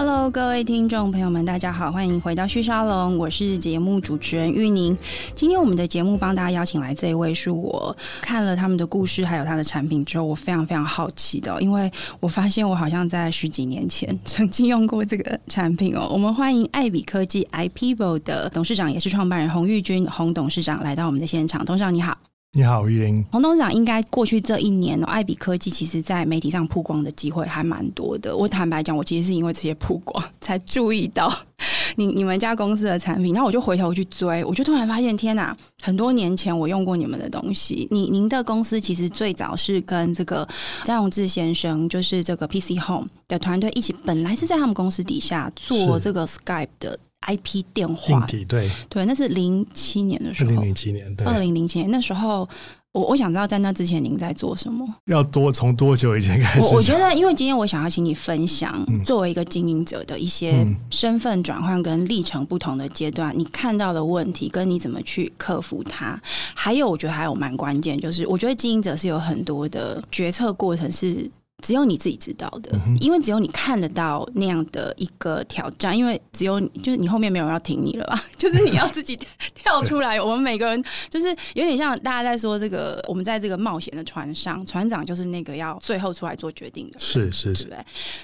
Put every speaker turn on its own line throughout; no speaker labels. Hello，各位听众朋友们，大家好，欢迎回到旭沙龙，我是节目主持人玉宁。今天我们的节目帮大家邀请来这一位，是我看了他们的故事还有他的产品之后，我非常非常好奇的哦、因为我发现我好像在十几年前 曾经用过这个产品哦。我们欢迎爱比科技 iPivo 的董事长也是创办人洪玉君洪董事长来到我们的现场，董事长你好。
你好，玉玲。
洪董事长应该过去这一年哦，爱比科技其实在媒体上曝光的机会还蛮多的。我坦白讲，我其实是因为这些曝光才注意到 你你们家公司的产品，然后我就回头去追，我就突然发现，天哪！很多年前我用过你们的东西。你您的公司其实最早是跟这个詹荣志先生，就是这个 PC Home 的团队一起，本来是在他们公司底下做
是
这个 Skype 的 IP 电
硬
话，
体对，
对，那是嗯零七年的时
二
候
零，零七年对，
二零零七年那时候，我我想知道在那之前您在做什 么。
要多从多久以前开始？
我我觉得，因为今天我想要请你分享
嗯
作为一个经营者的一些
嗯
身份转换跟历程不同的阶段，你看到的问题跟你怎么去克服它。还有，我觉得还有蛮关键，就是我觉得经营者是有很多的决策过程是。只有你自己知道的
嗯，哼
因为只有你看得到那样的一个挑战，因为只有你就是你后面没有人要挺你了吧？ 就是你要自己跳出来。我们每个人就是有点像大家在说这个，我们在这个冒险的船上，船长就是那个要最后出来做决定的人，
是是
对
是
不，对？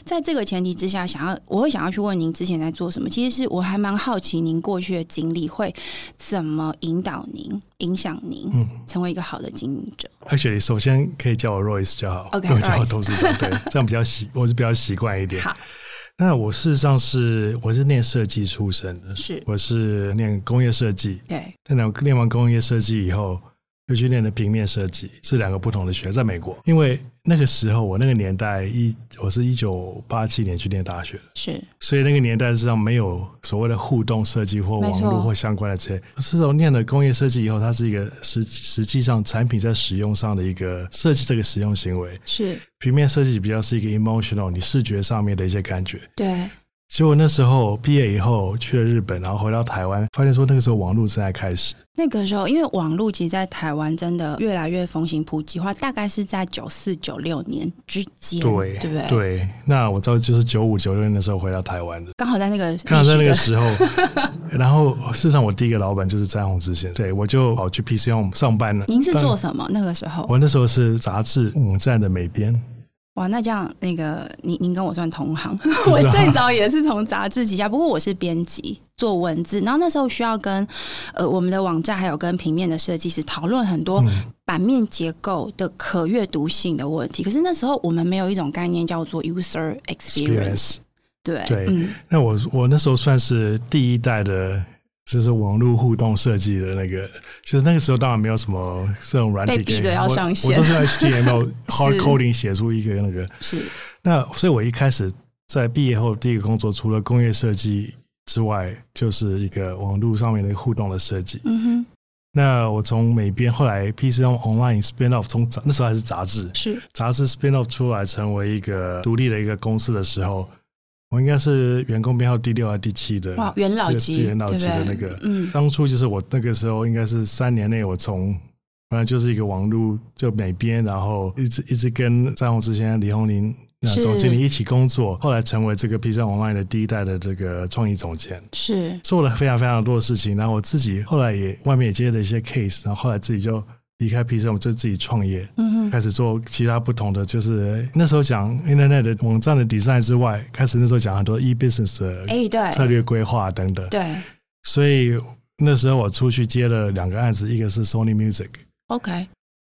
在这个前提之下，想要我会想要去问您之前在做什么，其实是我还蛮好奇您过去的经历会怎么引导您、影响您
嗯
成为一个好的经营者。
，actually，首先可以叫我 Royce 就好
OK，
不用叫我
Royce
董事长， 对，这样比较习，我是比较习惯一点。
好，
那我事实上是我是念设计出身的，
是
我是念工业设计，
对，
那我念完工业设计以后，又去念了平面设计，是两个不同的学，在美国。因为那个时候我那个年代一，我是一九八七年去念大学的。
是
所以那个年代实际上没有所谓的互动设计或网
没错
络或相关的这些。自从念了工业设计以后，它是一个实实际上产品在使用上的一个设计这个使用行为。
是，
平面设计比较是一个 emotional，你视觉上面的一些感觉。
对，
结果那时候毕业以后去了日本，然后回到台湾，发现说那个时候网络正在开始。
那个时候，因为网络其实，在台湾真的越来越风行普及化，大概是在九四九六年之间，
对
对不对？，
对，那我知道就是九五九六年的时候回到台湾的。
刚好在那个
看到在那
历
个
史
时候， 然后事实上我第一个老板就是詹宏志先生，对我就跑去 PC Home 上班了
的，。您是
当
做什么？那个时候，
我那时候是杂志网站的美编，
哇，那这样那个您您跟我算同行，
不
我
是啊
最早也是从杂志起家，不过我是编辑做文字，然后那时候需要跟呃我们的网站还有跟平面的设计师讨论很多
嗯，
版面结构的可阅读性的问题，可是那时候我们没有一种概念叫做 user experience，
experience。
对
对
嗯，
那我我那时候算是第一代的，就是网络互动设计的那个。其实那个时候当然没有什么这种软体
被逼
给你
着要
我
上线
我都是 HTML
是
hard coding 写出一个那个。
是
那所以，我一开始在毕业后第一个工作，除了工业设计之外，就是一个网络上面的互动的设计。
嗯
那我从美编后来 PC Home Online spin off 从杂那时候还是杂志，
哼，是
杂志 spin off 出来成为一个独立的一个公司的时候，我应该是员工编号第六还是第七的。
哇，元老
对
级，
元老
对不
级的
对
那个
嗯，
当初就是我那个时候应该是三年内，我从本来就是一个网络就美编，然后一直一直跟张宏志先生、李红林。那
是
总经理一起工作，后来成为这个 PC Online 的第一代的这个创意总监，
是
做了非常非常多的事情。然后我自己后来也外面也接了一些 case，然后后来自己就离开 PC，我们就自己创业。
嗯哼，
开始做其他不同的，就是那时候讲 Internet 的网站的 design 之外，开始那时候讲很多 e business 的
哎对
策略规划等等。
对
所以那时候我出去接了两个案子，一个是 Sony Music
，OK，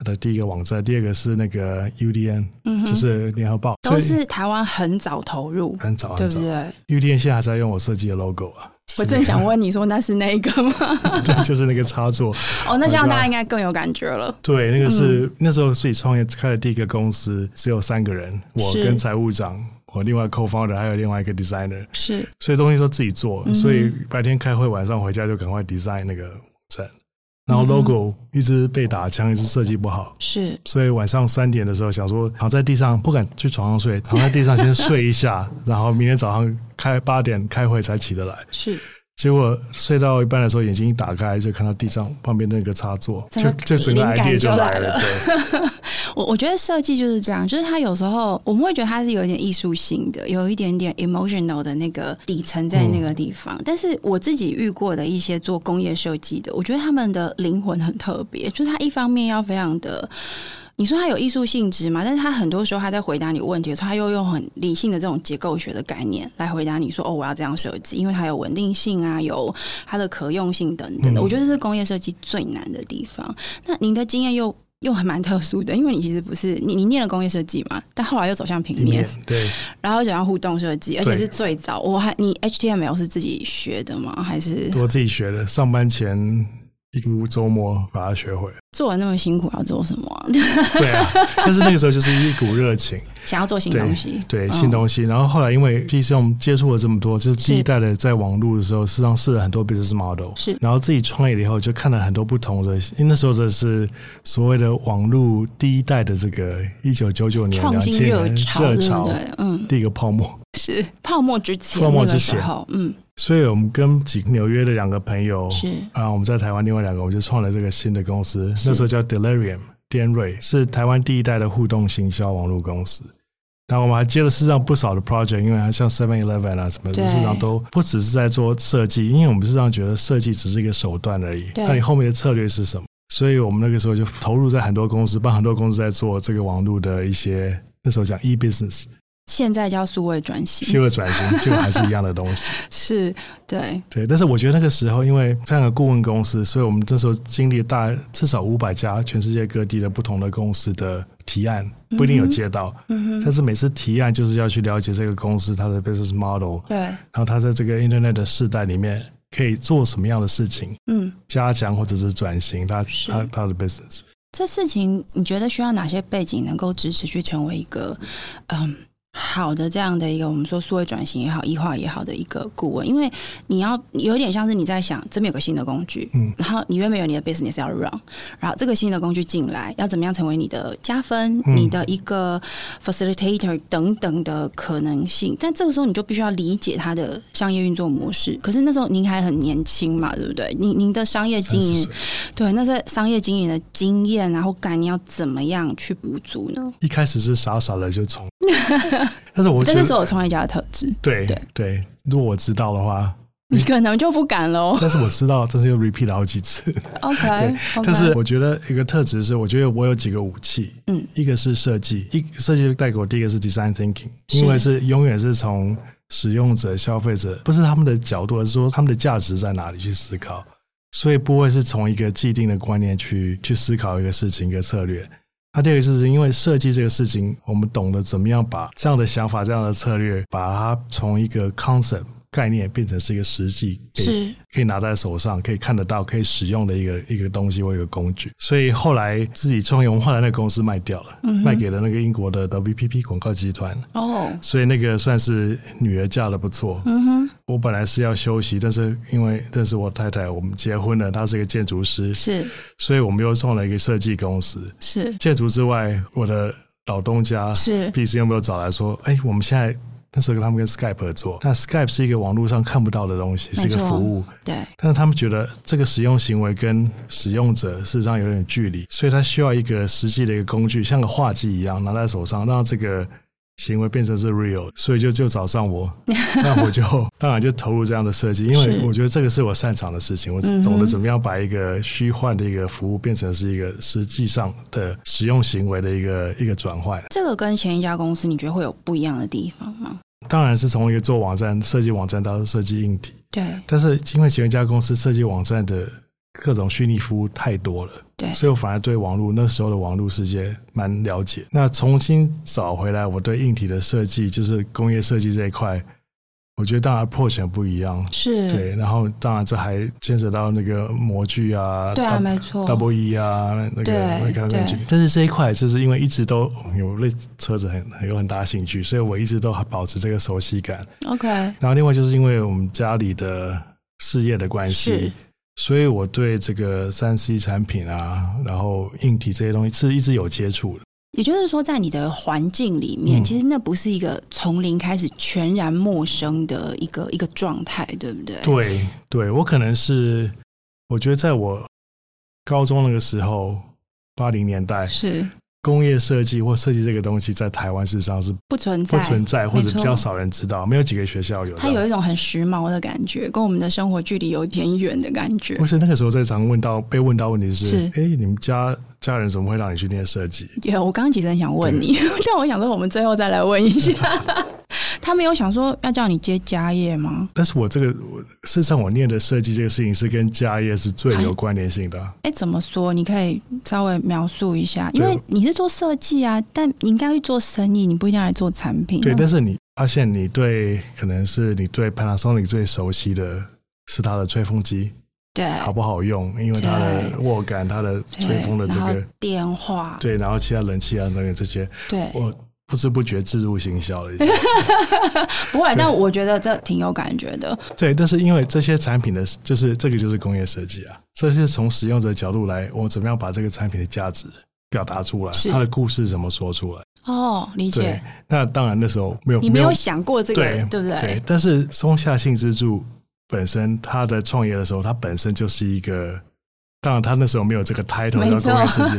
的第一个网站，第二个是那个 UDN，、
嗯哼，
就是联合报，
都
所以
是台湾很早投入，
很早
对不
很早。
对？
UDN 现在还在用我设计的 logo 啊，
我正想问你说那是那一个吗？
问，就是那个插座。
哦，那这样
我知道
大家应该更有感觉了。
对，那个是、
嗯
那时候自己创业开的第一个公司，只有三个人，我
是
跟财务长，我另外 co-founder 还有另外一个 designer。
是
所以东西都自己做，
嗯哼
所以白天开会，晚上回家就赶快 design 那个网站，然后
嗯哼
logo 一直被打枪，一直设计不好，
是，
所以晚上三点的时候想说躺在地上不敢去床 上睡，躺在地上先睡一下，然后明天早上开八点开会才起得来，
是
结果睡到一半的时候，眼睛一打开就看到地上旁边那个插座，
整个
就就整个
灵感
idea
就来
来了。
了
对，
我我觉得设计就是这样，就是它有时候我们会觉得它是有一点艺术性的，有一点点 emotional 的那个底层在那个地方。但是我自己遇过的一些做工业设计的，我觉得他们的灵魂很特别，就是他一方面要非常的。你说它有艺术性质嘛？但是它很多时候他在回答你问题的时候，他又用很理性的这种结构学的概念来回答你说：“哦，我要这样设计，因为它有稳定性啊，有它的可用性等等的。
嗯
我觉得这是工业设计最难的地方。那您的经验又又还蛮特殊的，因为你其实不是你你念了工业设计嘛，但后来又走向 平
里面
面，
对，
然后又走向互动设计，而且
对
是最早。我还你 HTML 是自己学的吗？还是
我自己学的，上班前一个周末把它学会。
做完那么辛苦要做什么啊、
对啊，但是那个时候就是一股热情，
想要做新东西？
对
嗯
新东西。然后后来因为 PC 我们接触了这么多，就是第一代的在网络的时候，事实上试了很多 business model。
是
然后自己创业了以后，就看了很多不同的，因为那时候的是所谓的网络第一代的这个一九九九年
创
两
新
千
热
年
潮，
热
对不
潮
对？嗯，
第一个泡沫。
是泡沫之前
泡沫
那个
之
时
前
候，嗯，
所以我们跟几纽约的两个朋友，
是
啊，我们在台湾另外两个，我们就创了这个新的公司，
是
那时候叫 Delirium 颠瑞，是台湾第一代的互动行销网络公司。然后我们还接了市上不少的 project，因为它像 Seven Eleven 啊什么
对
的，市场都不只是在做设计，因为我们市上觉得设计只是一个手段而已，
对
那你后面的策略是什么？所以我们那个时候就投入在很多公司，帮很多公司在做这个网络的一些，那时候讲 e business，
现在叫数位转型，
虚伪转 型，结果还是一样的东西。
是对
对，但是我觉得那个时候，因为这样的顾问公司，所以我们这时候经历大至少五百家全世界各地的不同的公司的提案，不
嗯
一定有接到，但是每次提案就是要去了解这个公司它的 business model，
对，
然后它在这个 internet 的时代里面可以做什么样的事情，
嗯。
加强或者是转型它
是
它它的 business。
这事情你觉得需要哪些背景能够支持去成为一个嗯好的这样的一个我们说数位转型也好，异化也好的一个顾问？因为你要有点像是你在想这边有个新的工具，
嗯
然后你原本有你的 business 要 run，然后这个新的工具进来要怎么样成为你的加分、
嗯
你的一个 facilitator 等等的可能性？但这个时候你就必须要理解它的商业运作模式。可是那时候您还很年轻嘛，对不对？您您的商业经
30
营
岁
对，那在商业经营的经验，然后概念要怎么样去补足呢？
一开始是傻傻的 就从，但是我觉
这是
得
所有创业家的特质，
对
对
对，如果我知道的话，
你可能就不敢 喽。
但是我知道，但是又 repeat 了好几次。
OK，, o k
但是我觉得一个特质是，我觉得我有几个武器，
嗯，
一个是设计，一设计带给我第一个是 design thinking，
是
因为是永远是从使用者、消费者，不是他们的角度，而是说他们的价值在哪里去思考，所以不会是从一个既定的观念去去思考一个事情、一个策略。那第二个是因为设计这个事情，我们懂得怎么样把这样的想法、这样的策略，把它从一个 concept 概念变成是一个实际给
是
可以拿在手上、可以看得到、可以使用的一个一个东西或一个工具。所以后来自己创业，我们后来那个公司卖掉了，
嗯
卖给了那个英国的 WPP 广告集团。
哦，
所以那个算是女儿嫁的不错。嗯哼，我本来是要休息，但是因为认识我太太，我们结婚了，她是一个建筑师，
是
所以我们又创了一个设计公司。
是
建筑之外，我的老东家
是
PC 有没有找来说，哎、我们现在那时候他们跟 Skype 合作，那 Skype 是一个网络上看不到的东西，是一个
没错
服务。
对，
但是他们觉得这个使用行为跟使用者事实上有点距离，所以他需要一个实际的一个工具，像个画技一样拿在手上，让这个行为变成是 real。所以就就找 上我，那我就当然就投入这样的设计，因为
是
我觉得这个是我擅长的事情，我
嗯哼
懂得怎么样把一个虚幻的一个服务变成是一个实际上的使用行为的一个一个转换。
这个跟前一家公司你觉得会有不一样的地方吗？
当然是从一个做网站设计网站到设计硬体，
对
但是因为前一家公司设计网站的各种虚拟服务太多了，
对
所以我反而对网络那时候的网络世界蛮了解。那重新找回来，我对硬体的设计，就是工业设计这一块，我觉得当然 approach 很不一样。
是，
对，然后当然这还牵扯到那个模具啊，
对啊，没错，
Double E 啊，那
对
个那
对
个感觉。但是这一块就是因为一直都有对车子很很有很大兴趣，所以我一直都还保持这个熟悉感。
OK，
然后另外就是因为我们家里的事业的关
是
系，所以我对这个三 C 产品啊，然后硬体这些东西是一直有接触的。
也就是说，在你的环境里面，
嗯
其实那不是一个从零开始全然陌生的一个一个状态，对不对？
对对，我可能是我觉得在我高中那个时候，八零年代，
是
工业设计或设计这个东西在台湾事实上是
不存在，
不存在，或者
没错
比较少人知道，没有几个学校有。
它有一种很时髦的感觉，跟我们的生活距离有点远的感觉
不。是那个时候最常问到被问到问题是
是：
哎、你们家家人怎么会让你去念设计？
有，我刚刚其实很想问你， 但我想说我们最后再来问一下。 他没有想说要叫你接家业吗？
但是我这个我事实上我念的设计这个事情是跟家业是最
哎
有关联性的啊。
哎，怎么说？你可以稍微描述一下，因为
对
你是做设计啊，但你应该去做生意，你不一定要来做产品。啊
对，
那
但是你发现你对可能是你对 Panasonic 最熟悉的是它的吹风机
对，
好不好用，因为它的握感、它的
对
吹风的这
然
个
后电话，
对，然后其他冷气啊等等这些，
对，
我不知不觉置入行销了一下。
不会。
对
但我觉得这挺有感觉的，
对，但是因为这些产品的，就是这个就是工业设计啊，这是从使用者角度来，我怎么样把这个产品的价值表达出来
是，
它的故事怎么说出来？
哦，理
对
解。，
那当然那时候没有
你没有想过这个，
对
对不对？
对，但是松下幸之助本身他在创业的时候，他本身就是一个。当然，他那时候没有这个 title
没
叫
错
工业设 计，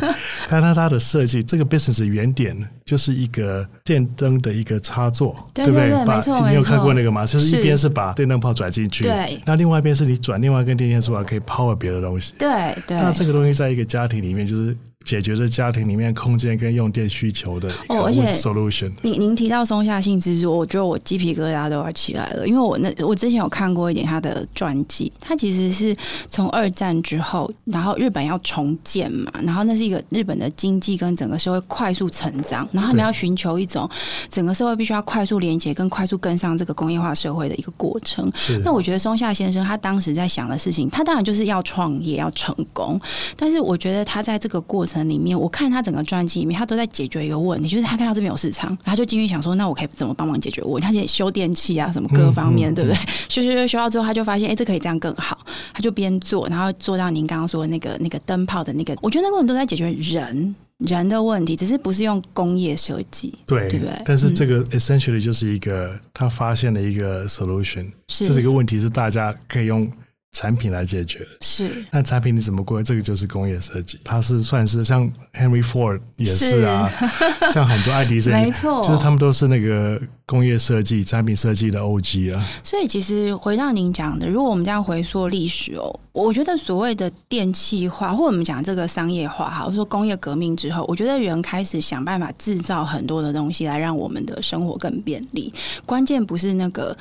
但他他的设计这个 business 原点就是一个电灯的一个插座，
对
不
对对
把
没错
你
没
有
错
看过那个吗？就是
是
一边是把电灯泡转进去，
对
那另外一边是你转另外一根电线出来可以 power 别的东西。
对对
那这个东西在一个家庭里面，就是解决这家庭里面空间跟用电需求的一个
哦而且
solution。
您您提到松下幸之助，我觉得我鸡皮疙瘩都要起来了，因为我那我之前有看过一点他的传记，他其实是从二战之后，然后日本要重建嘛，然后那是一个日本的经济跟整个社会快速成长，然后他们
对
要寻求一种整个社会必须要快速连接跟快速跟上这个工业化社会的一个过程。
是
那我觉得松下先生他当时在想的事情，他当然就是要创业要成功，但是我觉得他在这个过程里面，我看他整个传记里面，他都在解决一个问题，就是他看到这边有市场，然后他就进去想说，那我可以怎么帮忙解决问题？他现在修电器啊，什么各方面，
嗯嗯
对不对？ 修修修修到之后，他就发现，哎、这可以这样更好，他就边做，然后做到您刚刚说的那个那个灯泡的那个，我觉得那个问题都在解决人。人的问题，只是不是用工业设计，
对，
对不对
但是
嗯
这个 essentially 就是一个他发现了一个 solution，
是
这是一个问题是大家可以用产品来解决的。
是
那产品你怎么过？这个就是工业设计，它是算是像 Henry Ford 也是啊， 像很多爱迪生，
没错
就是他们都是那个工业设计、产品设计的 OG 啊。
所以其实回到您讲的，如果我们这样回溯历史哦，我觉得所谓的电气化，或者我们讲这个商业化，哈，或者说工业革命之后，我觉得人开始想办法制造很多的东西来让我们的生活更便利。关键不是那个。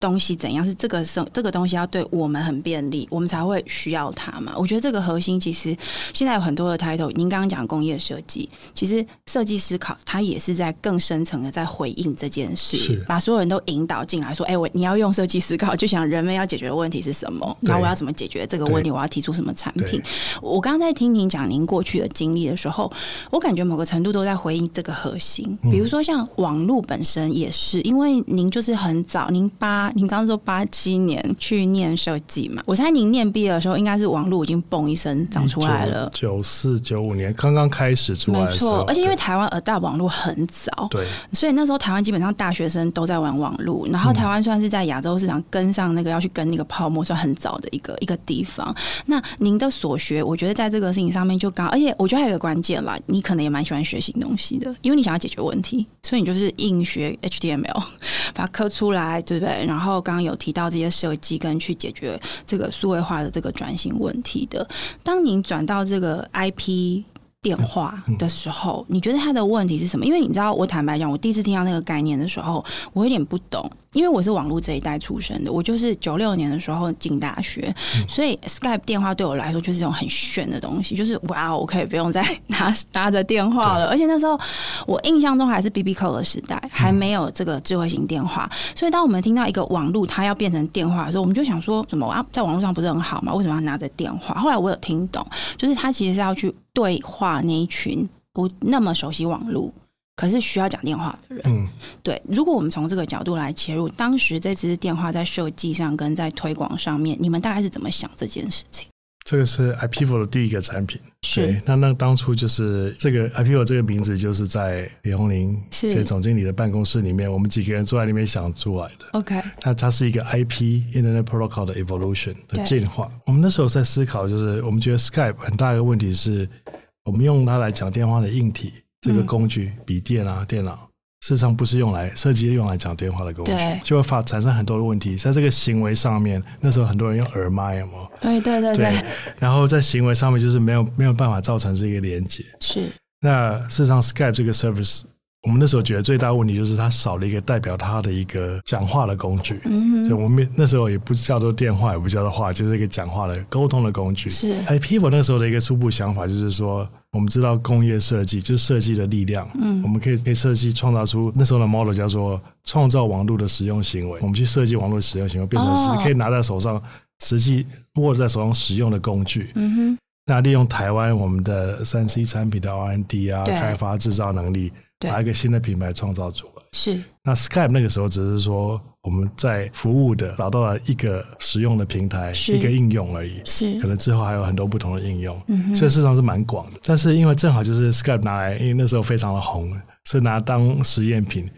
东西怎样是这个生这个东西要对我们很便利，我们才会需要它嘛？我觉得这个核心其实现在有很多的 title，您刚刚讲工业设计，其实设计思考它也是在更深层的在回应这件
是
事，把所有人都引导进来，说：“哎、我你要用设计思考，就想人们要解决的问题是什么，
对
然后我要怎么解决这个问题，我要提出什么产品
对。”
我刚刚在听您讲您过去的经历的时候，我感觉某个程度都在回应这个核心。
嗯
比如说像网络本身也是，因为您就是很早，您八，您刚刚说八七年去念设计嘛，我猜您念毕业的时候，应该是网络已经嘣一声长出来了。
九四九五年刚刚开始出来
没
的时候
错，，而且因为台湾耳大网络很早，
对
所以那时候台湾基本上大学生都在玩网络，然后台湾算是在亚洲市场跟上那个要去跟那个泡沫算很早的一个一个地方。那您的所学，我觉得在这个事情上面就刚，而且我觉得还有一个关键啦，你可能也蛮喜欢学新东西的，因为你想要解决问题，所以你就是硬学 HTML，把它 刻出来，对不对？然后刚刚有提到这些设计跟去解决这个数位化的这个转型问题的。当您转到这个 IP 电话的时候，你觉得它的问题是什么？因为你知道，我坦白讲，我第一次听到那个概念的时候，我有点不懂，因为我是网络这一代出生的，我就是九六年的时候进大学，所以 Skype 电话对我来说就是一种很炫的东西，就是哇，哦我可以不用再拿拿着电话了。而且那时候我印象中还是 BB 扣的时代，还没有这个智慧型电话，所以当我们听到一个网络它要变成电话的时候，我们就想说，怎么啊，在网络上不是很好吗？为什么要拿着电话？后来我有听懂。就是他其实是要去对话那一群不那么熟悉网络，可是需要讲电话的人。
嗯，
对，如果我们从这个角度来切入，当时这支电话在设计上跟在推广上面，你们大概是怎么想这件事情？
这个是 IPVO 的第一个产品。
是
对，那那当初就是这个 IPO 这个名字，就是在李红林
是
这总经理的办公室里面，我们几个人坐在里面想出来的。
OK，
那它是一个 IP Internet Protocol 的 evolution
对
的进化。我们那时候在思考，就是我们觉得 Skype 很大一个问题是，我们用它来讲电话的硬体这个
嗯
工具，笔电啊、电脑，事实上不是用来设计用来讲电话的工具
对，
就会发产生很多的问题。在这个行为上面，那时候很多人用耳麦，有没有
哎，对对
对，然后在行为上面就是没有没有办法造成这个连接。
是
那事实上，Skype 这个 service，我们那时候觉得最大问题就是它少了一个代表它的一个讲话的工具。
嗯
就
哼
我们那时候也不叫做电话，也不叫做话，就是一个讲话的沟通的工具。
是
IP 我那时候的一个初步想法就是说，我们知道工业设计就是设计的力量，
嗯
我们可以可以设计创造出那时候的 model 叫做创造网络的使用行为，我们去设计网络使用行为，变成
哦
是可以拿在手上实际握在手上使用的工具。
嗯哼
那利用台湾我们的三 C 产品的 R&D 啊，
对
开发制造能力，
对
把一个新的品牌创造出来。
是
那 Skype 那个时候只是说我们在服务的找到了一个实用的平台，
是
一个应用而已，
是
可能之后还有很多不同的应用。
嗯哼
所以市场是蛮广的，但是因为正好就是 Skype 拿来，因为那时候非常的红，是拿来当实验品，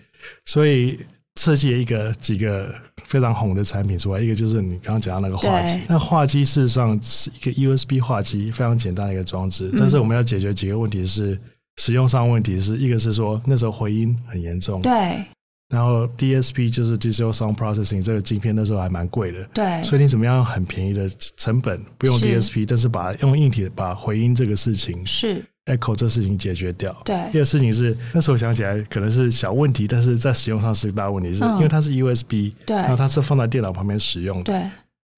所以设计了一个几个非常红的产品出来。一个就是你刚刚讲到那个画机
对，
那画机事实上是一个 USB 画机，非常简单的一个装置
嗯。
但是我们要解决几个问题是使用上问题是，一个是说那时候回音很严重，
对
然后 DSP 就是 Digital Sound Processing 这个晶片那时候还蛮贵的，
对
所以你怎么样用很便宜的成本不用
是
DSP，但是把用硬体把回音这个事情
是
echo 这事情解决掉。
对
第二个事情是那时候想起来可能是小问题，但是在使用上是个大问题，是
嗯
因为它是 USB，
对
然后它是放在电脑旁边使用的，
对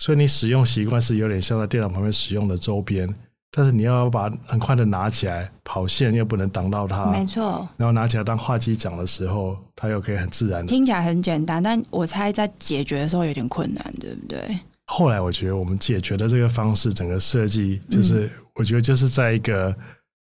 所以你使用习惯是有点像在电脑旁边使用的周边，但是你要把很快的拿起来，跑线又不能挡到它，
没错。
然后拿起来当话机讲的时候，它又可以很自然的
听起来很简单，但我猜在解决的时候有点困难，对不对？
后来我觉得我们解决的这个方式，整个设计就是、
嗯
我觉得就是在一个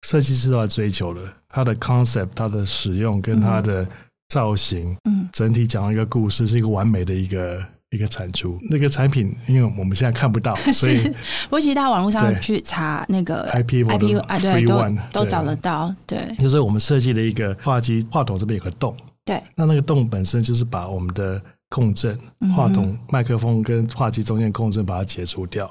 设计师都要追求的，它的 concept、它的使用跟它的造型，
嗯，
整体讲一个故事，是一个完美的一个一个产出。那个产品，因为我们现在看不到，所以
是不过其实大家网络上
对
去查那个
IP 我
IP
的
啊，对，
free
都
one
都
对嗯
找得到，对
就是我们设计了一个话机话筒这边有个洞，
对，
那那个洞本身就是把我们的共振
嗯哼
话筒、麦克风跟话机中间的共振把它解除掉，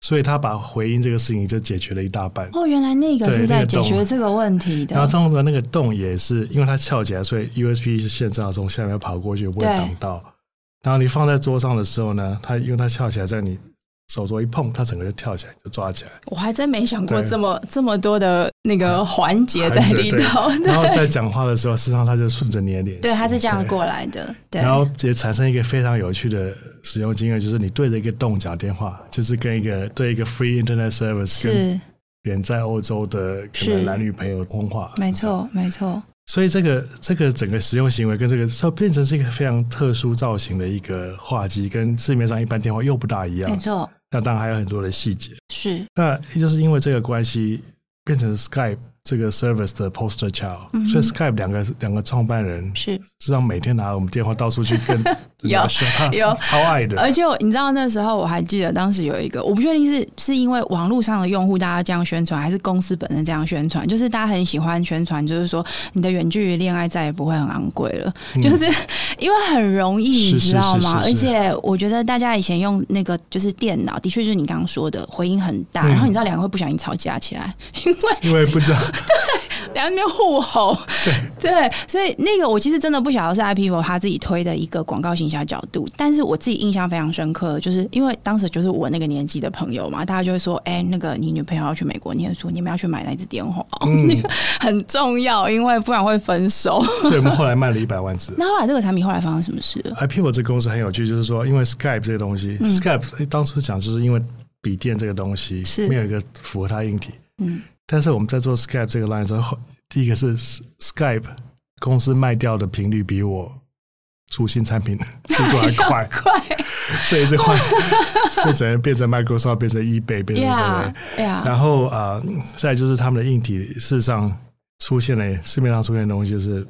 所以他把回音这个事情就解决了一大半。
哦，原来那个
对
是在
那个
解
洞
决这个问题的
然后，中的那个洞也是，因为它翘起来，所以 USB 是线上从下面跑过去不会
对
挡到。然后你放在桌上的时候呢，它因为它翘起来，在你手肘一碰，它整个就跳起来，就抓起来。
我还真没想过
对
这么这么多的那个环节 在
含着
里
对
头，
然后
对
在讲话的时候，事实上它就顺着你的 脸。
对，它是这样
对
过来的，对，
然后也产生一个非常有趣的使用经验，就是你对着一个洞讲电话，就是跟一个对一个 free internet service 跟
是
远在欧洲的可
是
能男女朋友通话，
没。错没错，
所以这个这个整个使用行为跟这个它变成是一个非常特殊造型的一个话机，跟市面上一般电话又不大一
没
样。
错
那当然还有很多的细节。
是
那就是因为这个关系，变成 Skype 这个 service 的 poster child，、
嗯哼
所以 Skype 两个两个创办人
是。
实际上每天拿我们电话到处去跟人家说他
有
超爱的，
而且我你知道那时候我还记得，当时有一个我不确定是是因为网络上的用户大家这样宣传，还是公司本身这样宣传，就是大家很喜欢宣传，就是说你的远距离恋爱再也不会很昂贵了，
嗯
就是 因为很容易，你
是
知
是
道
是
吗？
是
而
是
且我觉得大家以前用那个就是电脑，的确就是你刚刚说的回音很大，
嗯
然后你知道两个会不小心吵架起来，因为
因为不知道
两个在那边互吼， 对所以那个我其实真的不晓得是 IPO 他自己推的一个广告行销角度，但是我自己印象非常深刻，就是因为当时就是我那个年纪的朋友嘛，大家就会说，哎、那个你女朋友要去美国念书，你们要去买那只电话、哦，
嗯
很重要，因为不然会分 手。
所以我们后来卖了一百万只。
那后来这个产品后来发生什么事了？
IPO 这个公司很有趣，就是说，因为 Skype 这个东西、
嗯
s k y p e 当初讲就是因为笔电这个东西
是
没有一个符合它硬体，
嗯，
但是我们在做 Skype 这个 line 的时候，第一个是 Skype 公司卖掉的频率比我出新产品的 速度还快，
快
所以 这换变成变成 Microsoft，变成 eBay，变成这个。
呀呀，
然后啊、呃再来就是他们的硬体，事实上出现了市面上出现的东西，就是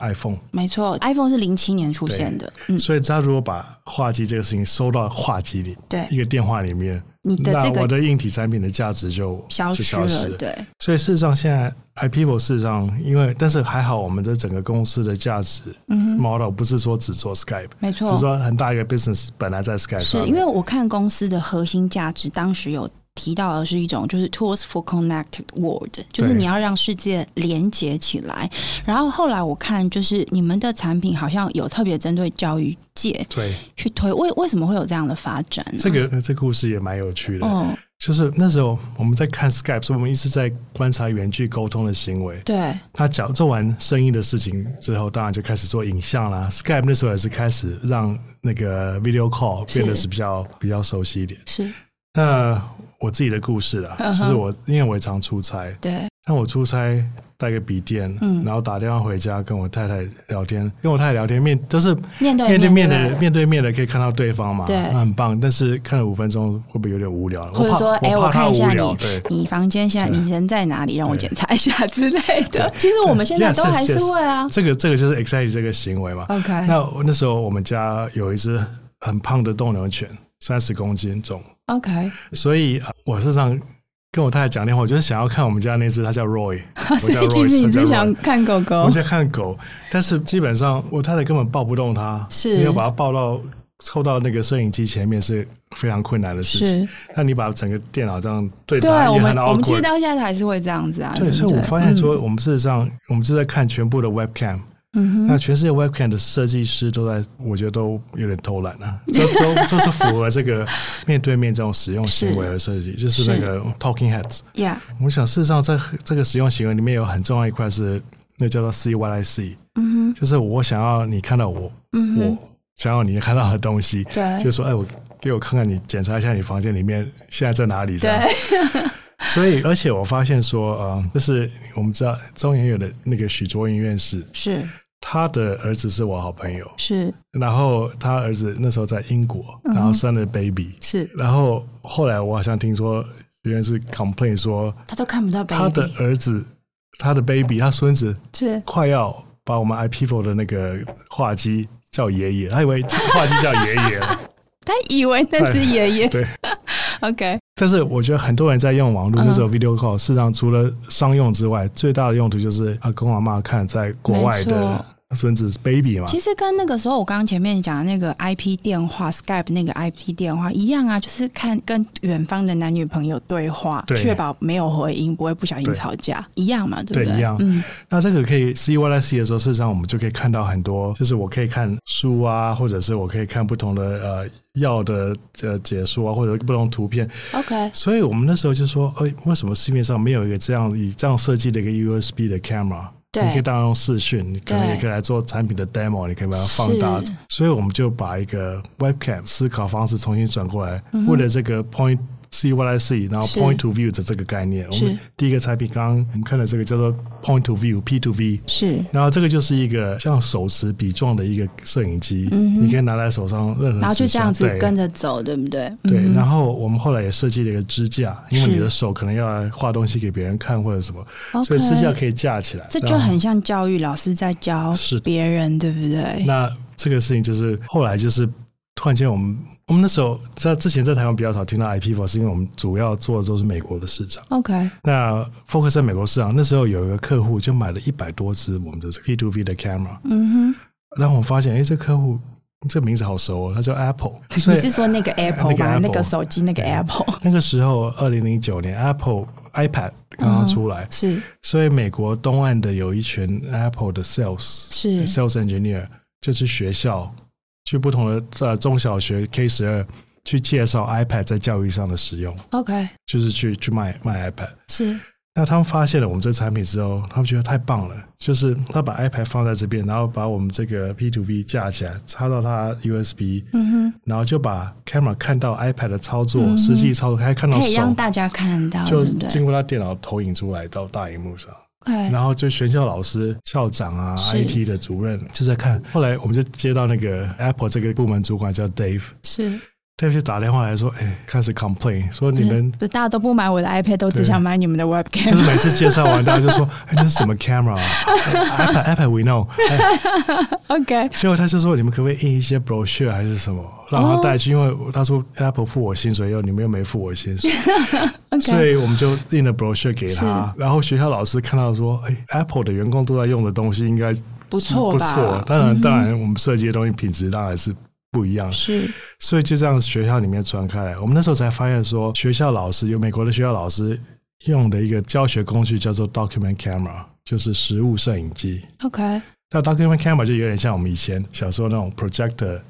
iPhone，
没错，iPhone 是零七年出现的，嗯，
所以他如果把话机这个事情收到话机里，
对
一个电话里面，
你的这
那我
个
的硬体产品的价值就
消
就
失
消失
了，对，
所以事实上，现在 iPivo 事实上，因为但是还好，我们的整个公司的价值
嗯哼，
model 不是说只做 Skype，
没
只
错
是，说很大一个 business 本来在 Skype
是
上面
因为我看公司的核心价值，当时有提到的是一种就是 tools for connected world，就是你要让世界连接起来。然后后来我看，就是你们的产品好像有特别针对教育界
对
去推，为为什么会有这样的发展呢？
这个这故事也蛮有趣的。
哦，
就是那时候我们在看 Skype，所以我们一直在观察远距沟通的行为。
对，
他讲做完生意的事情之后，当然就开始做影像啦。Skype 那时候也是开始让那个 video call
是
变得是比较比较熟悉一点。
是，
那我自己的故事啦，
嗯哼
就是我因为我也常出差，
对，
那我出差带个笔电，
嗯
然后打电话回家跟我太太聊天，跟我太太聊天面都是
面对
面对面
对
的
不对
面对面的可以看到对方嘛，
对
那很棒。但是看了五分钟会不会有点无聊？
或者
我怕
说哎
我
我
怕他
看一
无
下
聊，对。
你房间现在你人在哪里？让我
对
检查一下之类的。其实我们现在
Yes,
都还是
yes, yes
会啊。
这个这个就是 exactly 这个行为嘛。
OK
那我那时候我们家有一只很胖的斗牛犬，三十公斤重，
OK，
所以呃我事实上跟我太太讲电话，我就是想要看我们家那只，它叫 Roy，我
所
叫
以其
Roy，
实你
它
是
叫
想
Roy
看狗狗
我，在看狗，但是基本上我太太根本抱不动它，
是
你要把它抱到凑到那个摄影机前面是非常困难的事情。
是。
那你把整个电脑这样对
对，啊
它
我
也
们
很
我们其实
awkward。
到现在还是会这样子啊。
对，
不
所以我发现，说，我们事实上，我们是在看全部的 webcam，
嗯嗯
那
哼，
全世界 webcam 的设计师都在，我觉得都有点偷懒啊，都都 都是符合这个面对面这种使用行为而设计，就是那个 talking heads。
呀，
我想，事实上在这个使用行为里面有很重要一块是那叫做 CYIC，
嗯哼，
就是我想要你看到我，
嗯哼，
我想要你看到的东西，就
对
说哎，我给我看看你检查一下你房间里面现在在哪里。这样
对，
所以而且我发现说，呃，就是我们知道中研院的那个许卓云院士，
是
他的儿子是我好朋友。
是
然后他儿子那时候在英国，
嗯哼
然后生了 baby，、
是，
然后后来我好像听说原来是 complain 说
他都看不到
他的
baby，
儿子，他的 baby，他孙子
是哎
快要把我们 i p e o 的那个话机叫爷爷，他以为话机叫爷爷了，
他以为那是爷爷。
对。
OK，
但是我觉得很多人在用网络
嗯
那时候 video call，、事实上除了商用之外，最大的用途就是阿公阿妈看在国外
没
的孙子 baby 嘛，
其实跟那个时候我刚刚前面讲的那个 IP 电话 Skype 那个 IP 电话一样啊，就是看跟远方的男女朋友对话，
对
确保没有回音，不会不小心吵架，一样嘛，对不
对一样
嗯，
那这个可以 C Y C 的时候，事实上我们就可以看到很多，就是我可以看书啊，或者是我可以看不同的呃药的呃解说啊，或者不同图片。
OK，
所以我们那时候就说，哎、为什么市面上没有一个这样以这样设计的一个 U S B 的 camera？
对
你可以当然用视讯，你可能
对
也可以来做产品的 demo，你可以把它放大
是。
所以我们就把一个 webcam 思考方式重新转过来，
嗯哼
为了这个 point。C Y I C，然后
是
point to view 的这个概念，我
是
们第一个产品刚刚我们看的这个叫做 point to view（P to V），
是
然后这个就是一个像手持笔状的一个摄影机，
嗯哼
你可以拿在手上任何
然后就
时
这
间
样子
对
跟着走，对不对？
对，
嗯
然后我们后来也设计了一个支架，因为
是
你的手可能要来画东西给别人看或者什么，所
OK，
以支架可以架起来。
这
然
就
后
很像教育老师在教
是
别人，对不 对？
那这个事情就是后来就是突然间我们我们那时候在之前在台湾比较少听到 IP f o 是因为我们主要做的都是美国的市场。
OK，
那 focus 在美国市场，那时候有一个客户就买了一百多支我们的 P to V 的 camera，
嗯哼，
然后我发现哎，这客户这名字好熟哦，他叫 Apple。所
你
以
是说那个 Apple
那个
吗？
Apple
那个手机那个 Apple
那个时候二零零九年 Apple iPad 刚
嗯
刚出来，
是
所以美国东岸的有一群 Apple 的 sales 呃
是
sales engineer 就去学校，去不同的呃中小学 K 十二去介绍 iPad 在教育上的使用，
OK
就是去去卖卖 iPad。
是
那他们发现了我们这产品之后，他们觉得太棒了，就是他把 iPad 放在这边，然后把我们这个 P to V 架起来，插到它 USB，
嗯
然后就把 camera 看到 iPad 的操作，
嗯哼
实际操作，还看
哼，
到
可以让
手，
大家看到，
就
对不对
经过他电脑投影出来到大荧幕上。
？OK，
然后就学校老师、校长
哎
啊、
是
IT 的主任就在看。后来我们就接到那个 Apple 这个部门主管叫 Dave，
是
再去打电话来说，哎，开始 complain 说你们
不大家都不买我的 iPad，都只
对
想买你们的 Webcam
就。是每次介绍完，大家就说：“ 哎，那是什么 camera 啊、哎、？iPad iPad we know、哎
OK，
结果他就说：“你们可不可以印一些 brochure 还是什么，让他带去？因为他说 Apple 付我薪水，又你们又没付我薪水，所以我们就印了 brochure 给他。然后学校老师看到说：‘哎，Apple 的员工都在用的东西，应该
不错
不
吧？嗯
错。’当然，当然，我们设计的东西品质当然是不一样的。
是
所以就这样学校里面传开来。我们那时候才发现说，学校老师有美国的学校老师用的一个教学工具叫做 Document Camera，就是实物摄影机。
OK，
那 Document Camera 就有点像我们以前小时候那种 projector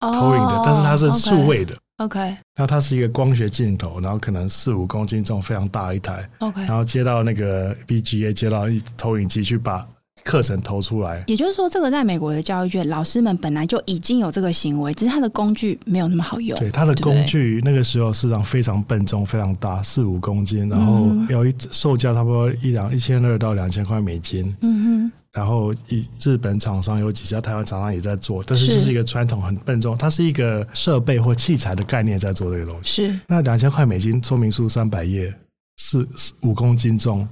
哦
投影的，但是它是数位的。
OK，OK，OK。
那它是一个光学镜头，然后可能四五公斤重，非常大一台，
哎
然后接到那个 VGA 接到一投影机去把课程投出来。
也就是说，这个在美国的教育圈，老师们本来就已经有这个行为，只是他的工具没有那么好用。
对，它的
对不对
工具那个时候市场非常笨重，非常大，四五公斤，然后
嗯
有一售价差不多一两一千二到两千块美金。
嗯
然后一日本厂商有几家台湾厂商也在做，但是
是
这是一个传统很笨重，它是一个设备或器材的概念在做这个东
哼，
西。
是
那两千块美金说明书三百页，四四五公斤重，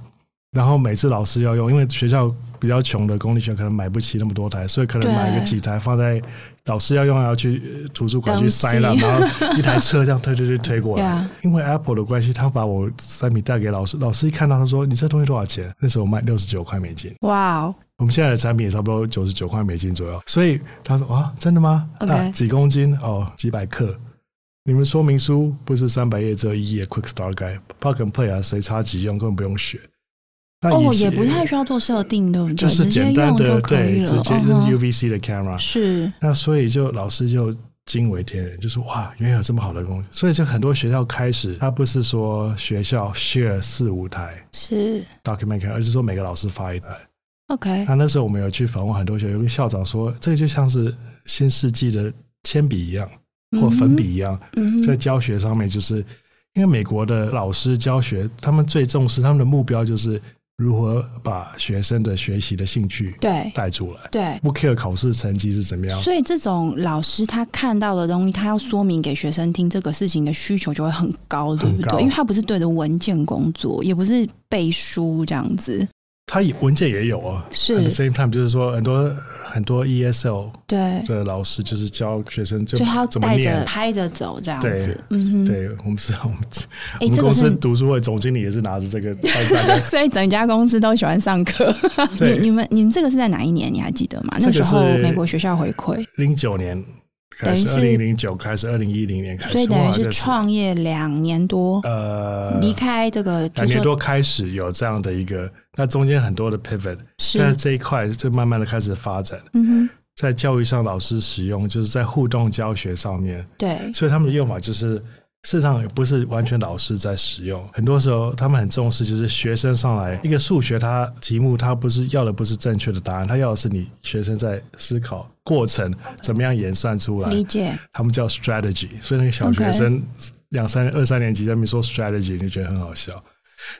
然后每次老师要用，因为学校比较穷的公立学校可能买不起那么多台，所以可能
对
买个几台放在老师要用，要去呃图书馆去
东西
塞了，然后一台车这样推推推推过来。
Yeah
因为 Apple 的关系，他把我产品带给老师，老师一看到他说：“你这东西多少钱？”那时候我卖六十九块美金。
哇哦，
我们现在的产品也差不多九十九块美金左右，所以他说啊，真的吗？
OK
那几公斤哦，几百克。你们说明书不是三百页只有一页 Quick Start Guide，Plug and Play 啊，随插即用，根本不用学。那以
哦，
前
也不太需要做设定，对不对？
就是
直接
简单
用
的
就可以
对，
了。
直接
嗯
用
哼
UVC 的 camera，、
是
那所以就老师就惊为天人，就说哇，原来有这么好的东西。所以就很多学校开始，他不是说学校 share 四五台
是
document camera，而是说每个老师发一台。
OK，
那那时候我们有去访问很多学校，有个校长说，这个就像是新世纪的铅笔一样，或粉笔一样，
嗯
在
哼，
教学上面，就是因为美国的老师教学，他们最重视他们的目标就是如何把学生的学习的兴趣
对
带出来，
对。
不 care 考试成绩是怎么样。
所以这种老师他看到的东西，他要说明给学生听，这个事情的需求就会很高，对不
很高
对？因为他不是对着文件工作，也不是背书这样子，
他也文件也有啊。At the
是
same time，就是说很多很多 ESL
对。
的老师就是教学生就
所以他要
怎么
带着
念。
拍着走这样
对
子，嗯哼，
对我们是，我们我
哎，
们
这
公
个
司
是。
读书会总经理也是拿着这个带大 家
所以整家公司都喜欢上课。你
对
你们你们这个是在哪一年？你还记得吗？
这
那
个
时候
是
美国学校回馈，
零九年开始，二
等
零
于是
零九开始，二零一零年开始，
所以等
哇
于
这
是创业两年多，
呃
离开这个就
两
是
年
说
多开始有这样的一个，那中间很多的 pivot，但是
是
这一块就慢慢的开始发展，
嗯哼，
在教育上老师使用，就是在互动教学上面，
对
所以他们的用法就是。事实上也不是完全老师在使用，很多时候他们很重视，就是学生上来一个数学它题目，它不是要的不是正确的答案，它要的是你学生在思考过程怎么样演算出来。
理解
他们叫 strategy，所以那个小学生两三二三年级在那边说 strategy，就觉得很好笑。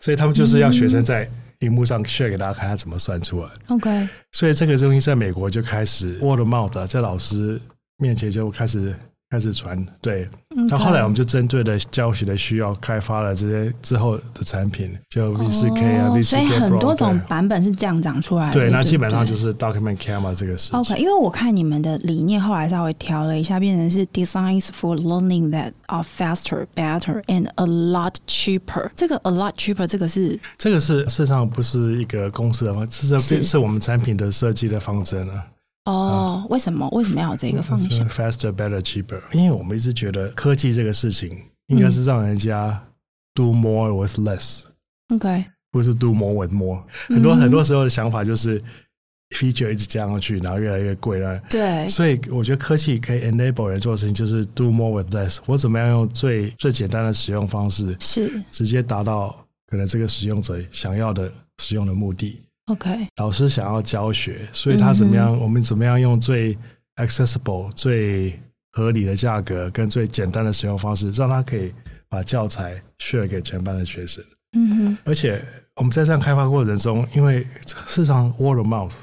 所以他们就是要学生
嗯
在荧幕上 share 给大家看他怎么算出来。
OK
所以这个东西在美国就开始 word of mouth，啊在老师面前就开始开始传。对，
OK。
那后来我们就针对的教学的需要开发了这些之后的产品，就 V 四 K 啊、
哦
V 四
所以
K
很
Pro
多种
对
版本是这样长出来的。
对，那基本上
是。
就是 document camera 这个事情。
OK，因为我看你们的理念后来稍微调了一下，变成是 designs for learning that are faster, better, and a lot cheaper。这个 a lot cheaper 这个是
这个是事实上不是一个公司的方，是这
是
是我们产品的设计的方针啊。
哦，为什么为什么要有这个方
就是
向？
faster, better, cheaper。因为我们一直觉得科技这个事情应该是让人家 do more with less，、
OK，
不是 do more with more。
嗯
很多、很多时候的想法就是 feature 一直加上去，然后越来越贵了。
对
所以我觉得科技可以 enable 人做的事情就是 do more with less。我怎么样用最最简单的使用方式，
是
直接达到可能这个使用者想要的使用的目的。
OK
老师想要教学，所以他怎么样？
嗯
我们怎么样用最 accessible、最合理的价格跟最简单的使用方式，让他可以把教材 share 给全班的学生。
嗯哼
而且
嗯
我们在这样开发过程中，因为市场 word of mouth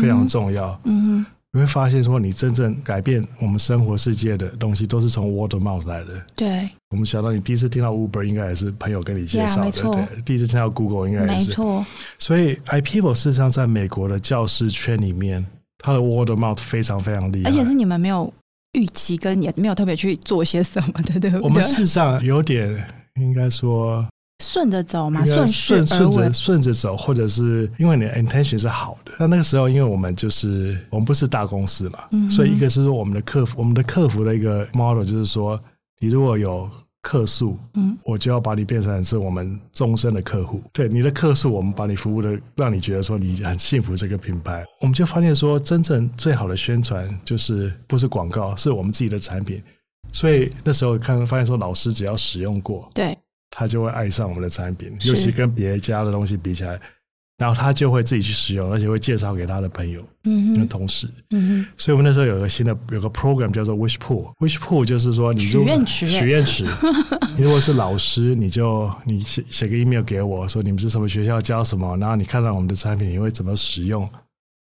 非常重要，
嗯哼
你会发现说，你真正改变我们生活世界的东西，都是从 word of mouth 来的。
对，
我们想到你第一次听到 Uber，应该也是朋友跟你介
Yeah，
绍
没
的
错
对。第一次听到 Google，应该
没
也是。
错，
所以 iPeople 事实上在美国的教师圈里面，它的 word of mouth 非常非常厉害。
而且是你们没有预期，跟也没有特别去做些什么的，对
我
不
们
对？
事实上有点应该说
顺着走嘛，
应
顺
该
势
顺
而
顺
为
着。顺着走，或者是因为你的 intention 是好的。那那个时候，因为我们就是我们不是大公司嘛，
嗯哼
所以一个是说我们的客服，我们的客服的一个 model 就是说，你如果有客诉，
嗯，
我就要把你变成是我们终身的客户。对你的客诉，我们把你服务的，让你觉得说你很幸福这个品牌。我们就发现说，真正最好的宣传就是不是广告，是我们自己的产品。所以那时候看发现说，老师只要使用过，
对，
他就会爱上我们的产品，
是
尤其跟别家的东西比起来，然后他就会自己去使用，而且会介绍给他的朋友
嗯
跟
哼，
同事。
嗯哼，
所以我们那时候有一个新的有个 program 叫做 Wish Pool。Wish Pool 就是说你如
许
果
愿池
许愿池，你如果是老师，你就你写写个 email 给我说你们是什么学校教什么，然后你看到我们的产品你会怎么使用，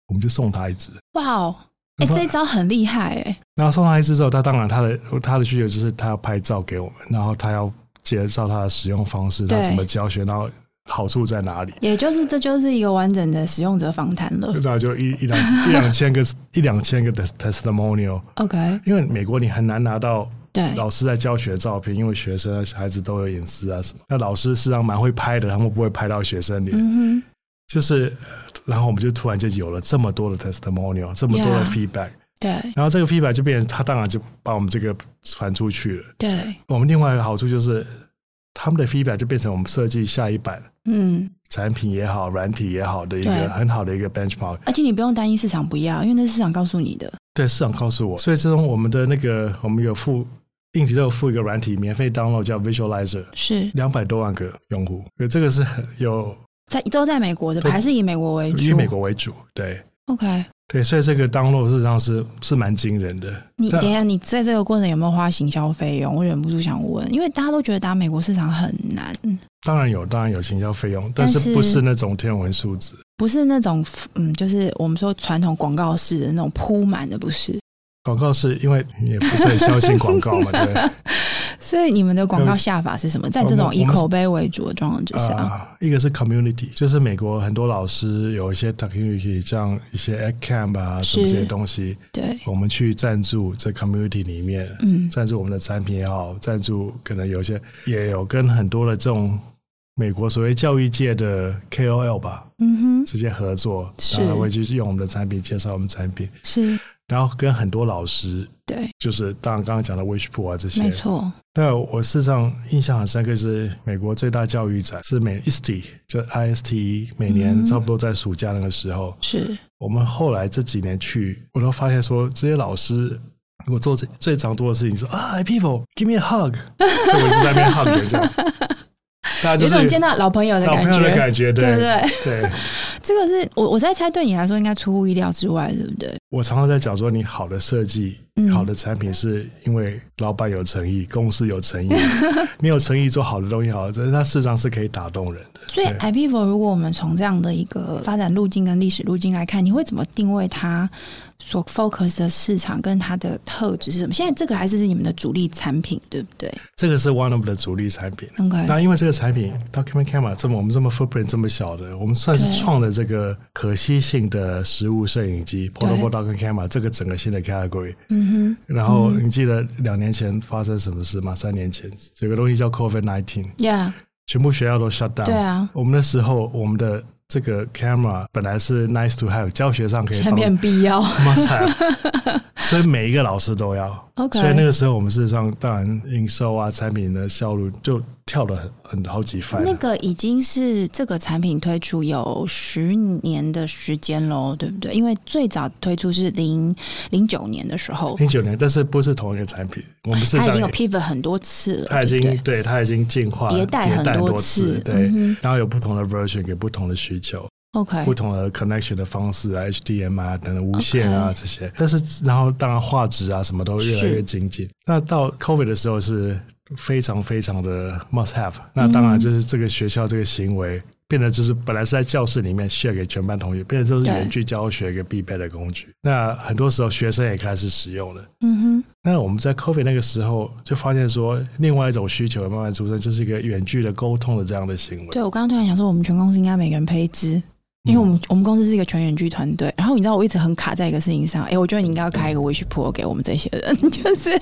我们就送他一支。
哇哦，哎，这一招很厉害哎，
然后送他一支之后，他当然他的他的需求就是他要拍照给我们，然后他要介绍他的使用方式，他
对
怎么教学，然后好处在哪里。
也就是这就是一个完整的使用者访谈了。
那就一一两一两千个一两千个 tes- testimonial，
OK，
因为美国你很难拿到
对，
老师在教学的照片，因为学生啊孩子都有隐私啊什么。那老师事实上蛮会拍的，他们不会拍到学生脸。
嗯哼，
就是，呃然后我们就突然间有了这么多的 testimonial，这么多
Yeah
的 feedback，
对
然后这个 feedback 就变成他当然就把我们这个传出去了。
对，
我们另外一个好处就是，他们的 feedback 就变成我们设计下一版
嗯，
产品也好、软体也好的一
对
个很好的一个 benchmark。
而且你不用担心市场不要，因为那是市场告诉你的。
对，市场告诉我，所以这种我们的那个我们有附硬体都有附一个软体，免费 download 叫 Visualizer，
是
两百多万个用户，所以这个是很有
在都在美国的吧，
对
还是以美国为主？
以美国为主，对
OK，
对，所以这个 download 事实上是是蛮惊人的。
你
但
等一下，你在这个过程有没有花行销费用？我忍不住想问，因为大家都觉得打美国市场很难，
当然有，当然有行销费用，
但
但
是
是不是那种天文数字。
不是那种嗯，就是我们说传统广告式的那种铺满的，不是。
广告是因为你也不是很相信广告嘛，对不对？
所以你们的广告下法是什么？在这种以口碑为主的状况之下，
啊、一个是 community，就是美国很多老师有一些 community，像一些 at camp 啊
是
什么这些东西，
对，
我们去赞助这 community 里面，
嗯，
赞助我们的产品也好，赞助可能有一些也有跟很多的这种美国所谓教育界的 KOL 吧，
嗯哼，
直接合作，
是
然后会去用我们的产品介绍我们产品，
是
然后跟很多老师，
对，
就是当然刚刚讲的 Wishpool 啊这些
没，错，
那我事实上印象很深刻是美国最大教育展，是美 ISTE，就 ISTE，每年
嗯
差不多在暑假那个时候，
是
我们后来这几年去，我都发现说这些老师。如果做最最常做的事情说啊，people give me a hug，所以我一直在那边 hug 人家，大家就
有
是
种见到老朋友的
老
感
朋友的
觉，
感觉，
对
对
不对？
对。
这个是我我在猜，对你来说应该出乎意料之外，对不对？
我常常在讲说，你好的设计
嗯、
好的产品，是因为老板有诚意，公司有 诚意，你有诚意做好的东西好，这它事实上是可以打动人的。
所以
对
i p v o 如果我们从这样的一个发展路径跟历史路径来看，你会怎么定位它所 focus 的市场跟它的特质是什么？现在这个还是是你们的主力产品，对不对
这个是 one of 的主力产品。
？OK，
那因为这个产品 Document Camera 这么我们这么 footprint 这么小的，我们算是
对
创了这个可吸性的实物摄影机 Portable Document Camera 这个整个新的 category。
嗯
然后你记得两年前发生什么事吗？三年前有个东西叫 COVID 19，
哼，Yeah，
全部学校都 shut down。
对啊，
我们那时候我们的这个 camera 本来是 nice to have，教学上可以
全
帮
面必要
must have，所以每一个老师都要。
OK
所以那个时候我们事实上当然营收啊、产品的效率就跳了很很好几番。啊
那个已经是这个产品推出有十年的时间喽，对不对？因为最早推出是零零九年的时候，
零九年，但是不是同一个产品，我们事实
它已
上
经有
也
pivot 很多次了，
它已
对
经
不对
对它已经进化
迭代很
很
多
次
次，
对。
嗯
然后有不同的 version 给不同的需求，
，OK，
不同的 connection 的方式啊，HDMI 啊等等无线啊
OK
这些，但是然后当然画质啊什么都越来越精
嗯
进。那到 COVID 的时候是非常非常的 must have，那当然就是这个学校这个行为。变得就是本来是在教室里面 share 给全班同学，变得就是远距教学一个必备的工具。那很多时候学生也开始使用了。
嗯
那我们在 COVID 那个时候就发现说，另外一种需求也慢慢出生，就是一个远距的沟通的这样的行为。
对我刚刚突然想说，我们全公司应该每个人配一支，因为
嗯
我们、我们公司是一个全远距团队。然后你知道我一直很卡在一个事情上，哎、我觉得你应该要开一个 wish pool 给我们这些人， 就是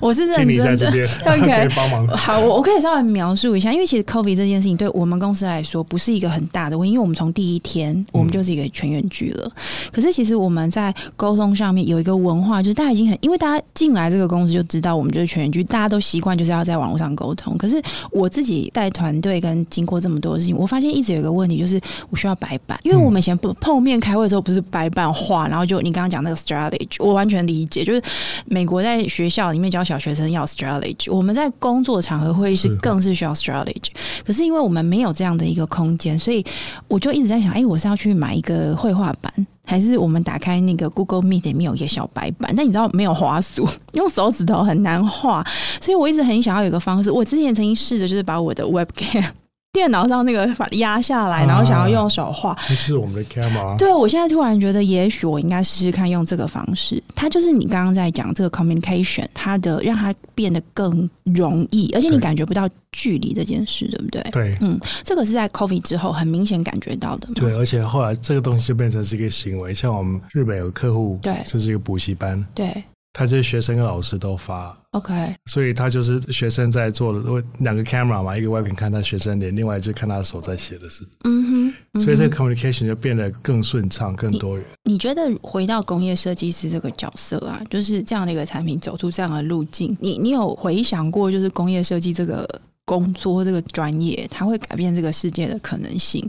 我是认
听你在
真
这
的。
边
OK
可以帮忙。
好，我我可以稍微描述一下，因为其实 COVID 这件事情对我们公司来说不是一个很大的问题，因为我们从第一天我们就是一个全员剧了。可是其实我们在沟通上面有一个文化，就是大家已经很，因为大家进来这个公司就知道我们就是全员剧，大家都习惯就是要在网络上沟通。可是我自己带团队跟经过这么多的事情，我发现一直有一个问题，就是我需要白板，因为我们以前不碰面开会的时候不是白板画，然后就你刚刚讲那个 strategy，我完全理解，就是美国在学校里面教小学生要 strategy，我们在工作场合会议室
是
更是需要 strategy。可是因为我们没有这样的一个空间，所以我就一直在想，哎、我是要去买一个绘画板，还是我们打开那个 Google Meet 里面有一个小白板？但你知道没有滑鼠，用手指头很难画，所以我一直很想要有一个方式。我之前曾经试着就是把我的 webcam 电脑上那个把它压下来，然后想要用手画，
这是我们的 camera，
对，我现在突然觉得，也许我应该试试看用这个方式。它就是你刚刚在讲这个 communication，它的让它变得更容易，而且你
对
感觉不到距离这件事，对不对？
对
这个是在 COVID 之后很明显感觉到的嘛。
对，而啊且后来这个东西就变成是一个行为。像我们日本有客户，
对
就是一个补习班，
对
他就是学生跟老师都发，
，OK，
所以他就是学生在做的，我两个 camera 嘛，一个外屏看他学生脸，另外就看他手在写的事，
嗯哼。
所以这
嗯
个
哼
communication 就变得更顺畅、更多元。
你觉得回到工业设计师这个角色啊，就是这样的一个产品走出这样的路径，你你有回想过，就是工业设计这个工作这个专业，它会改变这个世界的可能性，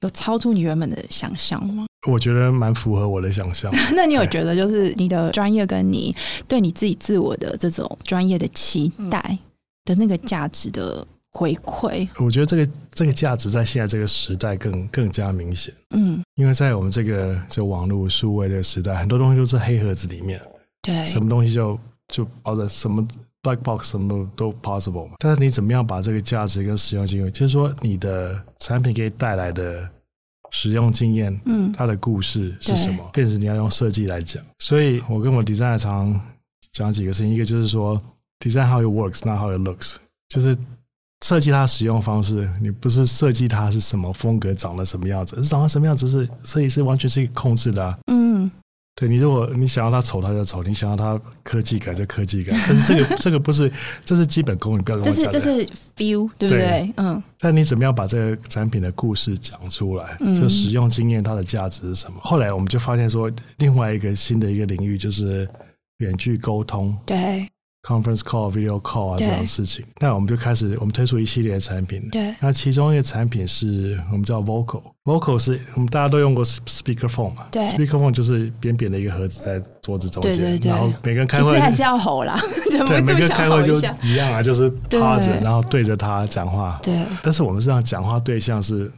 有超出你原本的想象吗？
我觉得蛮符合我的想 象。
那你有
对
觉得就是你的专业跟你对你自己自我的这种专业的期待的那个价值的回馈？
我觉得这个这个价值在现在这个时代更更加明显，
嗯，
因为在我们这个就网络数位的时代，很多东西都是黑盒子里面。
对，
什么东西就就包在什么 black box 什么都 possible 嘛。但是你怎么样把这个价值跟使用经验，就是说你的产品给带来的使用经验，
嗯
它的故事是什么，变成你要用设计来讲。所以我跟我 design 常讲几个事情，一个就是说 design how it works, not how it looks，就是。设计它的使用方式，你不是设计它是什么风格，长得什么样子，长得什么样子是设计师完全是控制的啊。
嗯，
对你，如果你想要它丑，它就丑；你想要它科技感，就科技感。但是 这个这个不是，这是基本功，你不要跟
这
我
是
讲
这
的。
是 feel，对不对？
对
嗯
但你怎么样把这个产品的故事讲出来？
嗯
就使用经验它的价值是什么？后来我们就发现说，另外一个新的一个领域就是远距沟通
对
（conference call、video call） 啊
对
这种事情。那我们就开始，我们推出一系列的产品。
对
那其中一个产品是我们叫 Vocal。Vocal 是我们大家都用过 speakerphone 嘛？
对
，speakerphone 就是扁扁的一个盒子在桌子中间，
对对对
然后每个人
其
开会
实还是要 吼啦，忍
对，
不
每
住
个
想
开
吼
会
一
就
下。
一样啊，就是趴着
对，
然后对着他讲话。
对
但是我们是让讲话对象是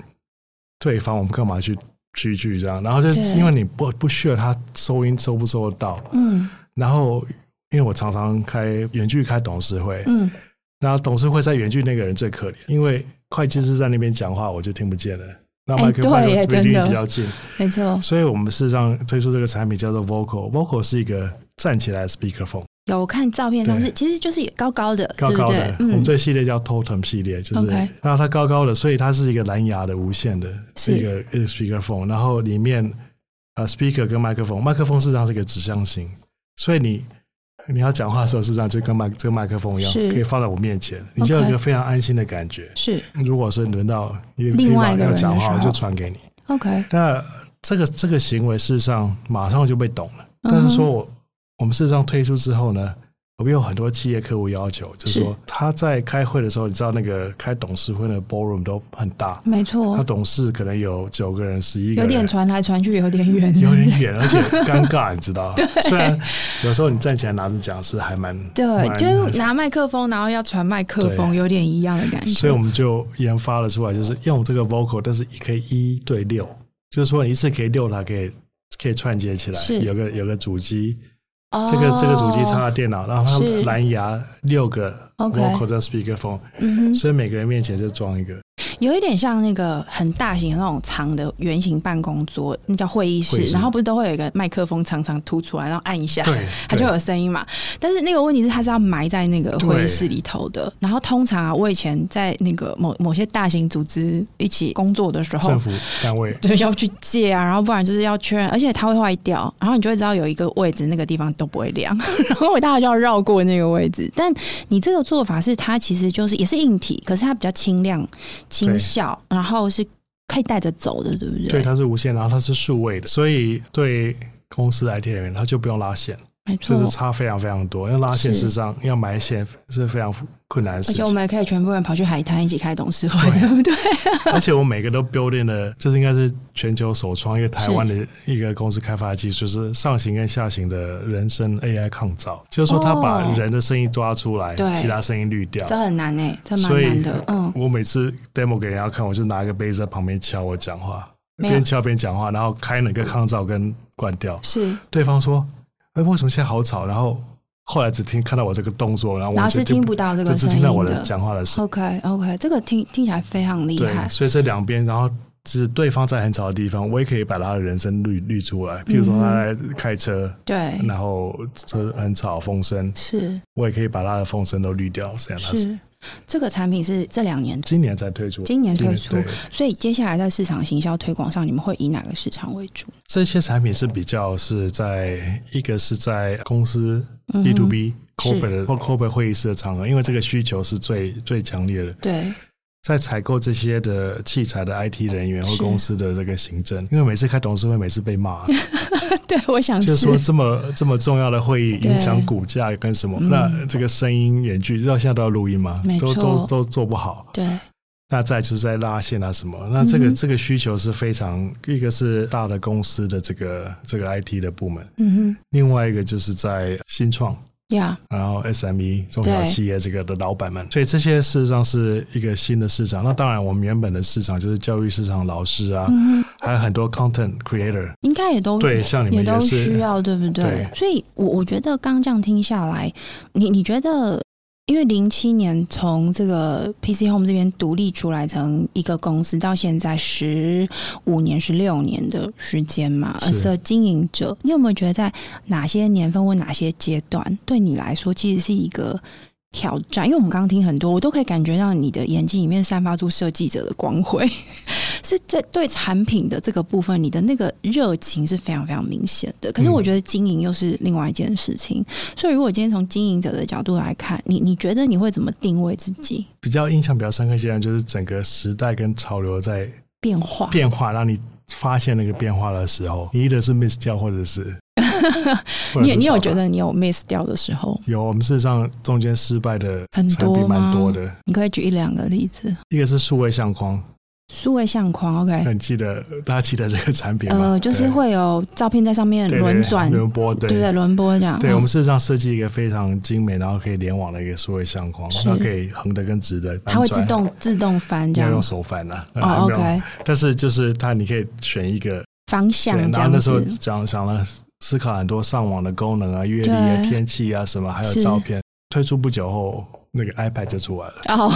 对方，我们干嘛去聚聚这样？然后就
对
是因为你不不需要他收音收不收得到，
嗯
然后。因为我常常开远距开董事会，
嗯，
然后董事会在远距那个人最可怜，因为会计师在那边讲话，我就听不见了。那
哎
麦克
对
麦克
耶
这边
真
离
的
比较近，
没错，
所以我们事实上推出这个产品叫做 Vocal。Vocal 是一个站起来的 speakerphone，
有看照片上
对
是其实就是高高的，
高高的
对。不
我
对？
们
嗯，
这系列叫 Totem 系列，就是
OK
让它高高的，所以它是一个蓝牙的无线的
是
一个一个 speakerphone，然后里面呃 speaker 跟麦克风，麦克风事实上是一个指向型，所以你。你要讲话的时候，事实上就跟麦这个麦克风一样，
是
可以放在我面前，你就有一
OK
个非常安心的感觉。
是
如果是轮到一
另外一个人
要
的时候
讲话，我就传给你。
OK，嗯
那这个这个行为事实上马上就被懂了，
嗯
但是说我、我们事实上推出之后呢，我们有很多企业客户要求，就是说
是
他在开会的时候，你知道那个开董事会的 ballroom 都很大，
没
他
错，
董事可能有九个人、十一个
哦有
人，
点传来传去，有点远，
有点 远，而且尴尬，你知道？虽然有时候你站起来拿着讲是还蛮
对，
蛮
就是拿麦克风，然后要传麦克风，
对
有点一样的感觉。
所以我们就研发了出来，就是用这个 vocal，但是可以一对六，就是说你一次可以六台可以可以串接起来
是，
有个有个主机，
哦
这个这个主机插到电脑，然后它
是
蓝牙六个
OK
vocal 在 speakerphone，
嗯哼，
所以每个人面前就装一个。
有一点像那个很大型的那种长的圆形办公桌，那叫会议室
会议，室
然后不是都会有一个麦克风常常凸出来，然后按一下，
对，
它就
对
会有声音嘛。但是那个问题是，它是要埋在那个会
对
议室里头的。然后通常啊，我以前在那个某某些大型组织一起工作的时候
政，府单位
就是要去借啊，然后不然就是要确认，而且它会坏掉，然后你就会知道有一个位置那个地方都不会亮， 然后大家就要绕过那个位置。但你这个做法是它其实就是也是硬体，可是它比较轻量、轻
对
小，然后是可以带着走的，对不对？
对，它是无线，然后它是数位的，所以对公司 IT 人员他就不用拉线，
没
这
错
是。差非常非常多。因为拉线
哦是
事实上要埋线是非常困难的
而
事
且我
情，
们也可以全部人跑去海滩一起开董事会，对不对？
而且我每个都 build in 了，这是应该是全球首创一个台湾的一个公司开发的技术，就是上行跟下行的人声 AI 抗噪，就是说它把
哦
人的声音抓出来，
对
其他声音滤掉。
这很难诶、这
所
蛮
以
难的。嗯，
我每次 demo 给人家看，我就拿一个杯子在旁边敲我讲话，
没有
边敲边讲话，然后开哪个抗噪跟关掉。
是，
对方说：“哎、为什么现在好吵？”然后后来只听看到我这个动作，然后我
然后
就是
听不到这
就
个
只
声
听
音
到我的
的。
讲话的声
OK OK，这个听听起来非常厉
音。
害
对，。所以这两边，然后是对方在很吵的地方，我也可以把他的人声滤滤出来。譬如说他在开车，
对，
然后车很吵，风声，
是
我也可以把他的风声都滤掉。这样他
是，这个产品是这两年
今年才推出，
今年推出
今年对
所以接下来在市场行销推广上，你们会以哪个市场为主？
这些产品是比较是在一个是在公司
嗯
B
哼
to B
是
corporate 或 corporate 会议室的场合，因为这个需求是最最强烈的。
对，
在采购这些的器材的 IT 人员或
是
公司的这个行政，因为每次开董事会，每次被骂，
对，我想
就是
是
说这么这么重要的会议
对
影响股价跟什么，
嗯
那这个声音远距到现在都要录音嘛
没，
都
错
都都做不好。
对，
那再就是在拉线啊什么，那这个、
嗯哼
这个需求是非常，一个是大的公司的这个这个 IT 的部门，
嗯
另外一个就是在新创，
哼，呀、
然后 SME 中小
对
企业这个的老板们，所以这些事实上是一个新的市场。那当然，我们原本的市场就是教育市场，老师啊，
嗯哼，
还有很多 content creator，
应该也都
对，像
也
你们
都
也
需
是。
要，对不对？
对
所以我我觉得刚这样听下来，你你觉得？因为零七年从这个 PC Home 这边独立出来成一个公司，到现在十五年、十六年的时间嘛，
是
而是经营者，你有没有觉得在哪些年份或哪些阶段，对你来说其实是一个挑战？因为我们刚刚听很多，我都可以感觉到你的眼睛里面散发出设计者的光辉。 是在对产品的这个部分，你的那个热情是非常非常明显的。可是
嗯
我觉得经营又是另外一件事情，所以如果今天从经营者的角度来看，你你觉得你会怎么定位自己？
比较印象比较深刻，现在就是整个时代跟潮流在
变化，
变化，让你发现那个变化的时候，你一的是 miss 掉，或者是 或者
你
是
你有
找
觉
到
得你有 miss 掉的时候？
有？我们事实上中间失败的
很
产
多
品蛮
吗
多的，
你可以举一两个例子，
一个是数位相框，
数位相框，OK，
很记得大家记得这个产品吗？
呃，就是
对
会有照片在上面
对对
轮转，对
轮播，对
不对？轮播这样，
对
嗯
我们事实上设计一个非常精美，然后可以联网的一个数位相框，
是
它可以横的跟直的，
它会自
翻转
动自动翻这
要
样
用。手翻啊。
哦
没有
，OK，
但是就是它，你可以选一个。
方
对，
向
然
这
后
样
那时候
子，
讲想了思考很多上网的功能啊、阅历啊、
对
天气啊什么，还有
是
照片。推出不久后，那个 iPad 就出来了，
哦，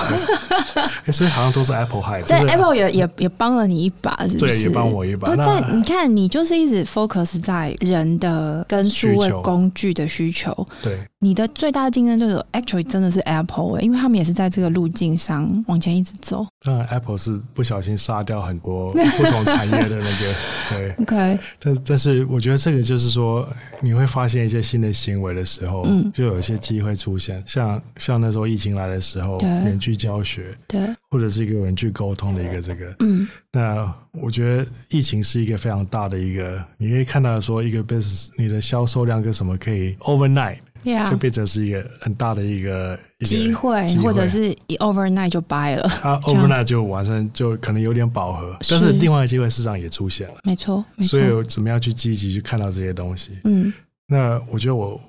诶所以好像都是 Apple 害，就
对
是
，Apple 也也也帮了你一把，是不
对
是？
也帮我一把
不，
那
但你看，你就是一直 focus 在人的跟数位
需求
工具的需求。
对
你的最大的竞争对手，actually 真的是 Apple，、欸、因为他们也是在这个路径上往前一直走。
当然 Apple 是不小心杀掉很多不同产业的那 个，对。
OK，
但但是我觉得这个就是说，你会发现一些新的行为的时候，
嗯
就有一些机会出现。像像那时候疫情来的时候，
对
远距教学
对，
或者是一个远距沟通的一个这个，
嗯，
那我觉得疫情是一个非常大的一个，你可以看到说一个 business 你的销售量跟什么可以 overnight
对啊
就，变成是一个很大的一个一个
机会
机会
或者是一 overnight 就 buy 了，
它
这样
overnight 就晚上就可能有点饱和，
是
但是另外的机会市场也出现了，
没错，没错
所，以我怎么样去积极去看到这些东西？
嗯，
那我觉得我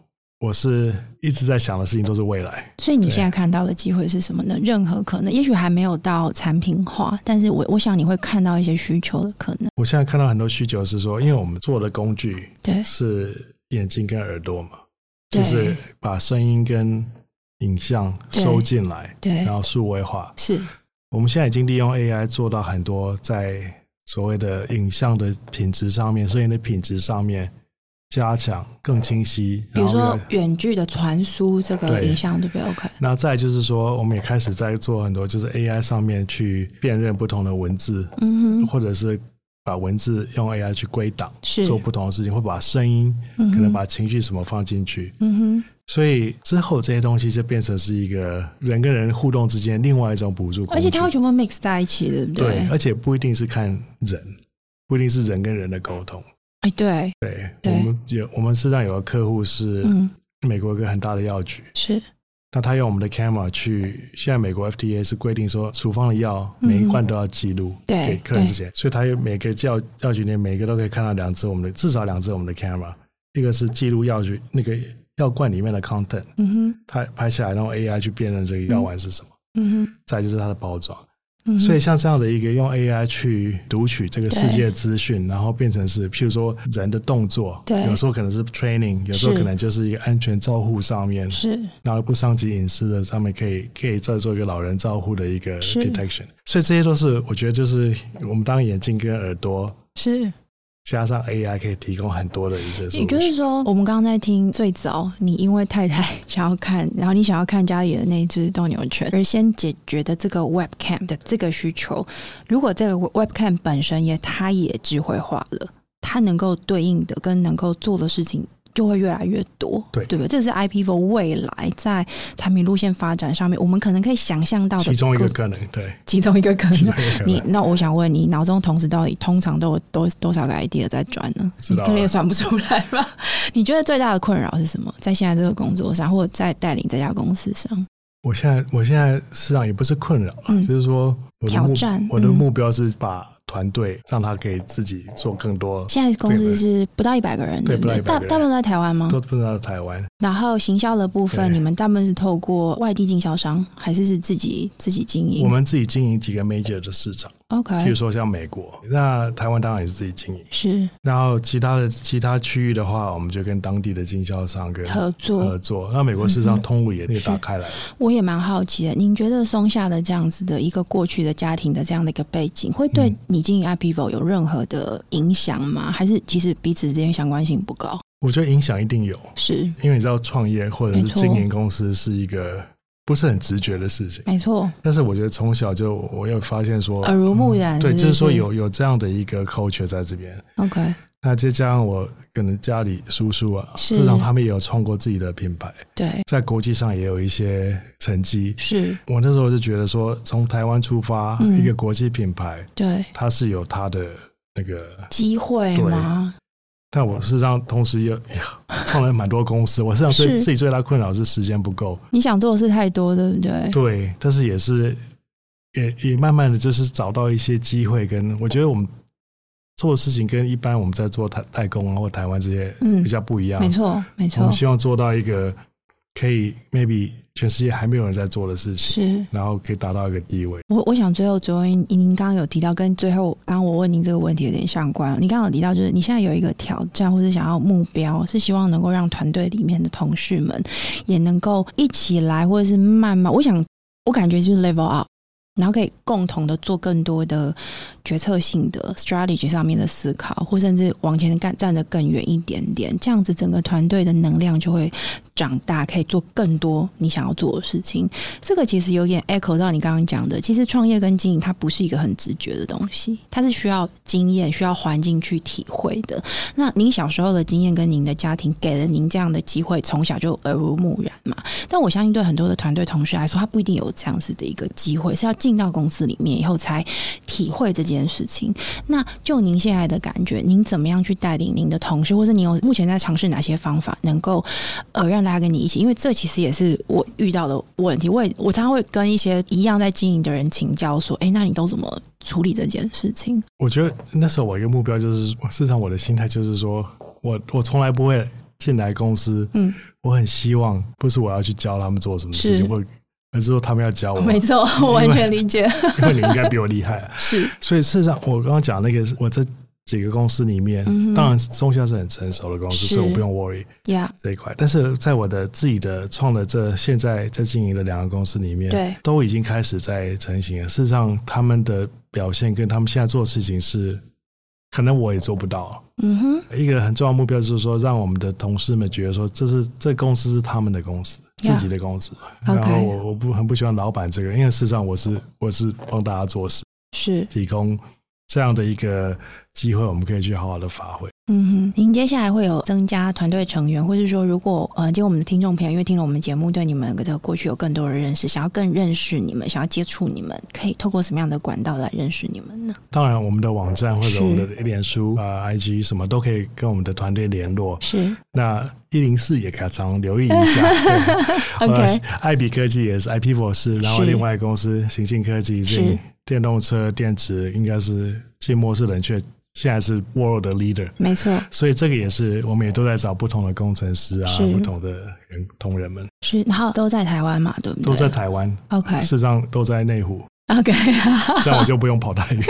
我是一直在想的事情都是未来，
所以你
对
现在看到的机会是什么呢？任何可能，也许还没有到产品化，但是我我想你会看到一些需求的可能，
我现在看到很多需求是说，因为我们做的工具
对，
是眼睛跟耳朵嘛，
对
就是把声音跟影像收进来，
对
然，后数位化。
是，
我们现在已经利用 AI 做到很多在所谓的影像的品质上面、摄影的品质上面加强、更清晰。
比如
然后
说
越来
远距的传输这个
对
影像，对不对？OK，
那再就是说，我们也开始在做很多就是 AI 上面去辨认不同的文字，
嗯哼，
或者是把文字用 AI 去归档，
是，
做不同的事情，会把声音、
嗯哼
可能把情绪什么放进去。
嗯
所以之后这些东西就变成是一个人跟人互动之间另外一种补助
哼，
工具，
而且它会全部 mix 在一起，对不
对
对？
而且不一定是看人，不一定是人跟人的沟通。
哎，对，
对，
对
我们有我们身上有个客户是
嗯，
美国一个很大的药局，
是，
那他用我们的 camera 去，现在美国 FDA 是规定说处方的药
嗯
每一罐都要记录
对
给客人之前，所以他有每个药药局里面每个都可以看到两只我们的至少两只我们的 camera，一个是记录药局那个药罐里面的 content，
嗯哼，
它拍下来，然后 AI 去辨认这个药丸是什么，
嗯哼
再就是它的包装。
嗯哼，
所以像这样的一个用 AI 去读取这个世界资讯，然后变成是，譬如说人的动作，
嗯对
有时候可能是 training，有时候
是
可能就是一个安全照护上面，
是
然后不伤及隐私的上面，可以可以再做一个老人照护的一个
是
detection。所以这些都是我觉得就是我们当眼睛跟耳朵
是，
加上 AI 可以提供很多的一些
也就是说，我们刚刚在听最早，你因为太太想要看，然后你想要看家里的那只斗牛犬，而先解决的这个 webcam 的这个需求。如果这个 webcam 本身也它也智慧化了，它能够对应的跟能够做的事情。就会越来越多，
对
对不对？这是 IPv 未来在产品路线发展上面，我们可能可以想象到的
其中一
各
个可能，对，
其中一个可
其
能
中。一个可
你
能。
那我想问你，脑中同时到底通常都有多多少个 idea 在转呢？
知
你
道啊
真的也算不出来吧？ 你觉得最大的困扰是什么？在现在这个工作上，或者在带领这家公司上？
我现在我现在实际上也不是困扰，
嗯
就是说我的
挑
目
战
我的
嗯
目标是把团队让他可以自己做更多，
现在公司是不到一百个人，
对
不对？
不到
大
100
大
个人
部分都在台湾吗？
都不知道台湾。
然后行销的部分，
对
你们大部分是透过外地经销商，还是是自己自己经营
我们自己经营几个 major 的市场，比
？OK，
如说像美国，那台湾当然也是自己经营。
是
然后其他的其他区域的话，我们就跟当地的经销商跟
合作。
合作。那美国市场
嗯
通路也也
是
打开来了。
我也蛮好奇的，您觉得松下的这样子的一个过去的家庭的这样的一个背景，会对
嗯
你经营 IPVO 有任何的影响吗？还是其实彼此之间相关性不高？
我觉得影响一定有，
是，
因为你知道创业或者是
没错
经营公司是一个不是很直觉的事情。
没错，
但是我觉得从小就我有发现说，
耳濡目染
对，
是不
就是说
是
有有这样的一个 culture 在这边。
OK，
那再加上我可能家里叔叔啊，
是
事实上他们也有创过自己的品牌，
对，
在国际上也有一些成绩。
是，
我那时候就觉得说，从台湾出发，
嗯
一个国际品牌，
对，
它是有它的那个。
机会吗？
但我事实上同时也创了蛮多公司，我事实上最
是
自己最大困扰是时间不够，
你想做的事太多，对不 对？
对，但是也是也也慢慢的就是找到一些机会跟，我觉得我们做的事情跟一般我们在做台代工啊或台湾这些
嗯
比较不一样，
没错，没
我
错
们，希望做到一个可以 maybe 全世界还没有人在做的事情，
是。
然后可以达到一个地位。
我我想最后昨天您刚刚有提到，跟最后刚刚我问您这个问题有点相关。哦你刚刚有提到，就是你现在有一个挑战或者想要目标，是希望能够让团队里面的同事们也能够一起来，或者是慢慢，我想我感觉就是 level up。然后可以共同的做更多的决策性的 strategy 上面的思考，或甚至往前干站得更远一点点，这样子整个团队的能量就会长大，可以做更多你想要做的事情。这个其实有点 echo 到你刚刚讲的，其实创业跟经营它不是一个很直觉的东西，它是需要经验、需要环境去体会的。那您小时候的经验跟您的家庭给了您这样的机会，从小就耳濡目染嘛。但我相信对很多的团队同事来说，他不一定有这样子的一个机会，是要进到公司里面以后才体会这件事情。那就您现在的感觉，您怎么样去带领您的同事，或是你有目前在尝试哪些方法能够呃，让大家跟你一起，因为这其实也是我遇到的问题。我也我常常会跟一些一样在经营的人请教说，哎，那你都怎么处理这件事情？
我觉得那时候我一个目标就是，我事实上我的心态就是说我我从来不会进来公司，
嗯，
我很希望不是我要去教他们做什么事
是
情，或而是说他们要教 我，
没
因
错，我完全理解，
为你应该比我厉害啊、
是
所以事实上，我刚刚讲那个，我这几个公司里面，
嗯哼
当然松下是很成熟的公司，
是
所以我不用 worry
呀
这一块。但是在我的自己的创的这现在在经营的两个公司里面，
对
都已经开始在成型了。事实上，他们的表现跟他们现在做的事情是，可能我也做不到。
嗯哼，
一个很重要的目标就是说，让我们的同事们觉得说，这是这公司是他们的公司，
Yeah
自己的公司。
OK
然后我我不很不喜欢老板这个，因为事实上我是我是帮大家做事，
是，
提供这样的一个机会，我们可以去好好的发挥。
嗯哼。您接下来会有增加团队成员，或是说，如果呃，今天我们的听众朋友因为听了我们节目，对你们的过去有更多的认识，想要更认识你们，想要接触你们，可以透过什么样的管道来认识你们呢？
当然，我们的网站或者我们的
是
脸书、啊、IG 什么都可以跟我们的团队联络。
是
那一零四也可以常常留意一下。 对呃
OK，
艾比科技也是 IP 博士，然后
是
另外一个公司行进科技
是
这电动车电池应该是静默式冷却，现在是 world leader。
没错，
所以这个也是，我们也都在找不同的工程师啊
是，
不同的员同仁们，
是，然后都在台湾嘛，对不对？
都在台湾，
OK
事实上都在内湖，
OK，
这样我就不用跑太远。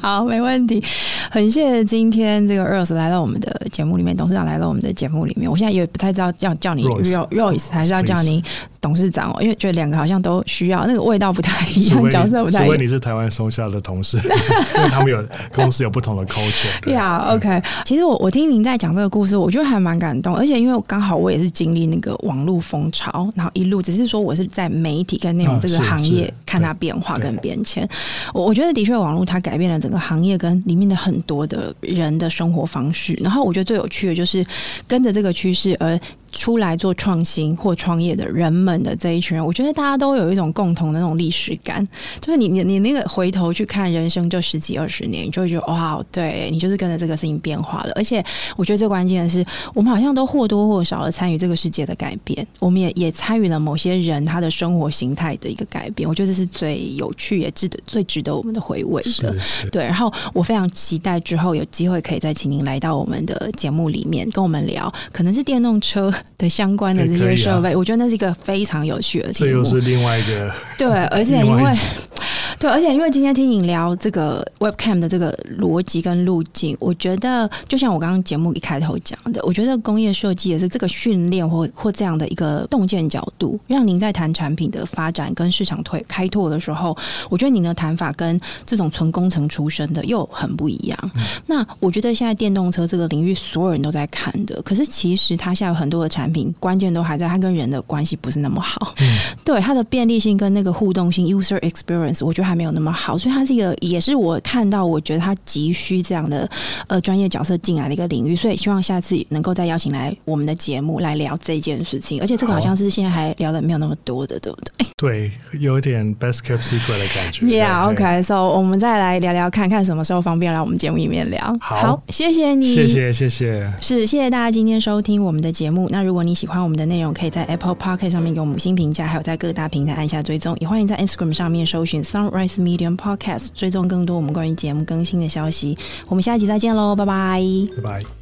好，没问题。很谢谢今天这个 Rose 来到我们的节目里面，董事长来到我们的节目里面。我现在也不太知道要叫你
Rose
Rose 还是要叫你董事长哦，因为觉得两个好像都需要，那个味道不太一
除
样，
非
角色不太
除
一
非
样。
你是台湾松下的同事，因为他 们有公司有不同的 culture 对。嗯
呀、o k 其实我我听您在讲这个故事，我觉得还蛮感动，而且因为我刚好我也是经历那个网络风潮，然后一路只是说我是在媒体跟内容
啊
这个
是
行业
是
看它变化
对
跟变迁。我我觉得的确，网络它改变了整个行业跟里面的很多的人的生活方式。然后我觉得最有趣的就是跟着这个趋势而出来做创新或创业的人们的这一群人，我觉得大家都有一种共同的那种历史感，就是哦你你你那个回头去看人生这十几二十年，你就会觉得哇，对你就是跟着这个事情变化了。而且我觉得最关键的是，我们好像都或多或少的参与这个世界的改变，我们也也参与了某些人他的生活形态的一个改变。我觉得这是最有趣也值得最值得我们的回味的
是。是，
对，然后我非常期待之后有机会可以再请您来到我们的节目里面，跟我们聊可能是电动车的相关的
哎
这
可
些
以啊
设备。我觉得那是一个非常有趣的题
这
目。
又是另外一个
对，而且
另
因
外
为
一集
对，而且因为今天听你聊这个 webcam 的这个逻辑跟路径，我觉得就像我刚刚节目一开头讲的，我觉得工业设计也是这个训练或或这样的一个洞见角度，让您在谈产品的发展跟市场推开拓的时候，我觉得您的谈法跟这种纯工程出身的又很不一样。那我觉得现在电动车这个领域，所有人都在看的，可是其实它现在有很多的产品，关键都还在它跟人的关系不是那么好。
嗯
对它的便利性跟那个互动性 （user experience），我觉得还没有那么好，所以它是一个，也是我看到我觉得它急需这样的呃专业角色进来的一个领域，所以希望下次能够再邀请来我们的节目来聊这件事情，而且这个好
好
像是现在还聊的没有那么多的，对不对
哦 对，有一点 best kept secret 的感觉。对对
Yeah，OK，so、我们再来聊聊看看什么时候方便来我们节目里面聊。
好
谢谢你，
谢谢谢谢，
是，谢谢大家今天收听我们的节目。那如果你喜欢我们的内容，可以在 Apple p o c k e t 上面给我们五星评价，还有在各大平台按下追踪。也欢迎在 Instagram 上面搜寻 Sunrise Medium Podcast，追踪更多我们关于节目更新的消息。我们下一集再见喽，拜拜。
拜拜。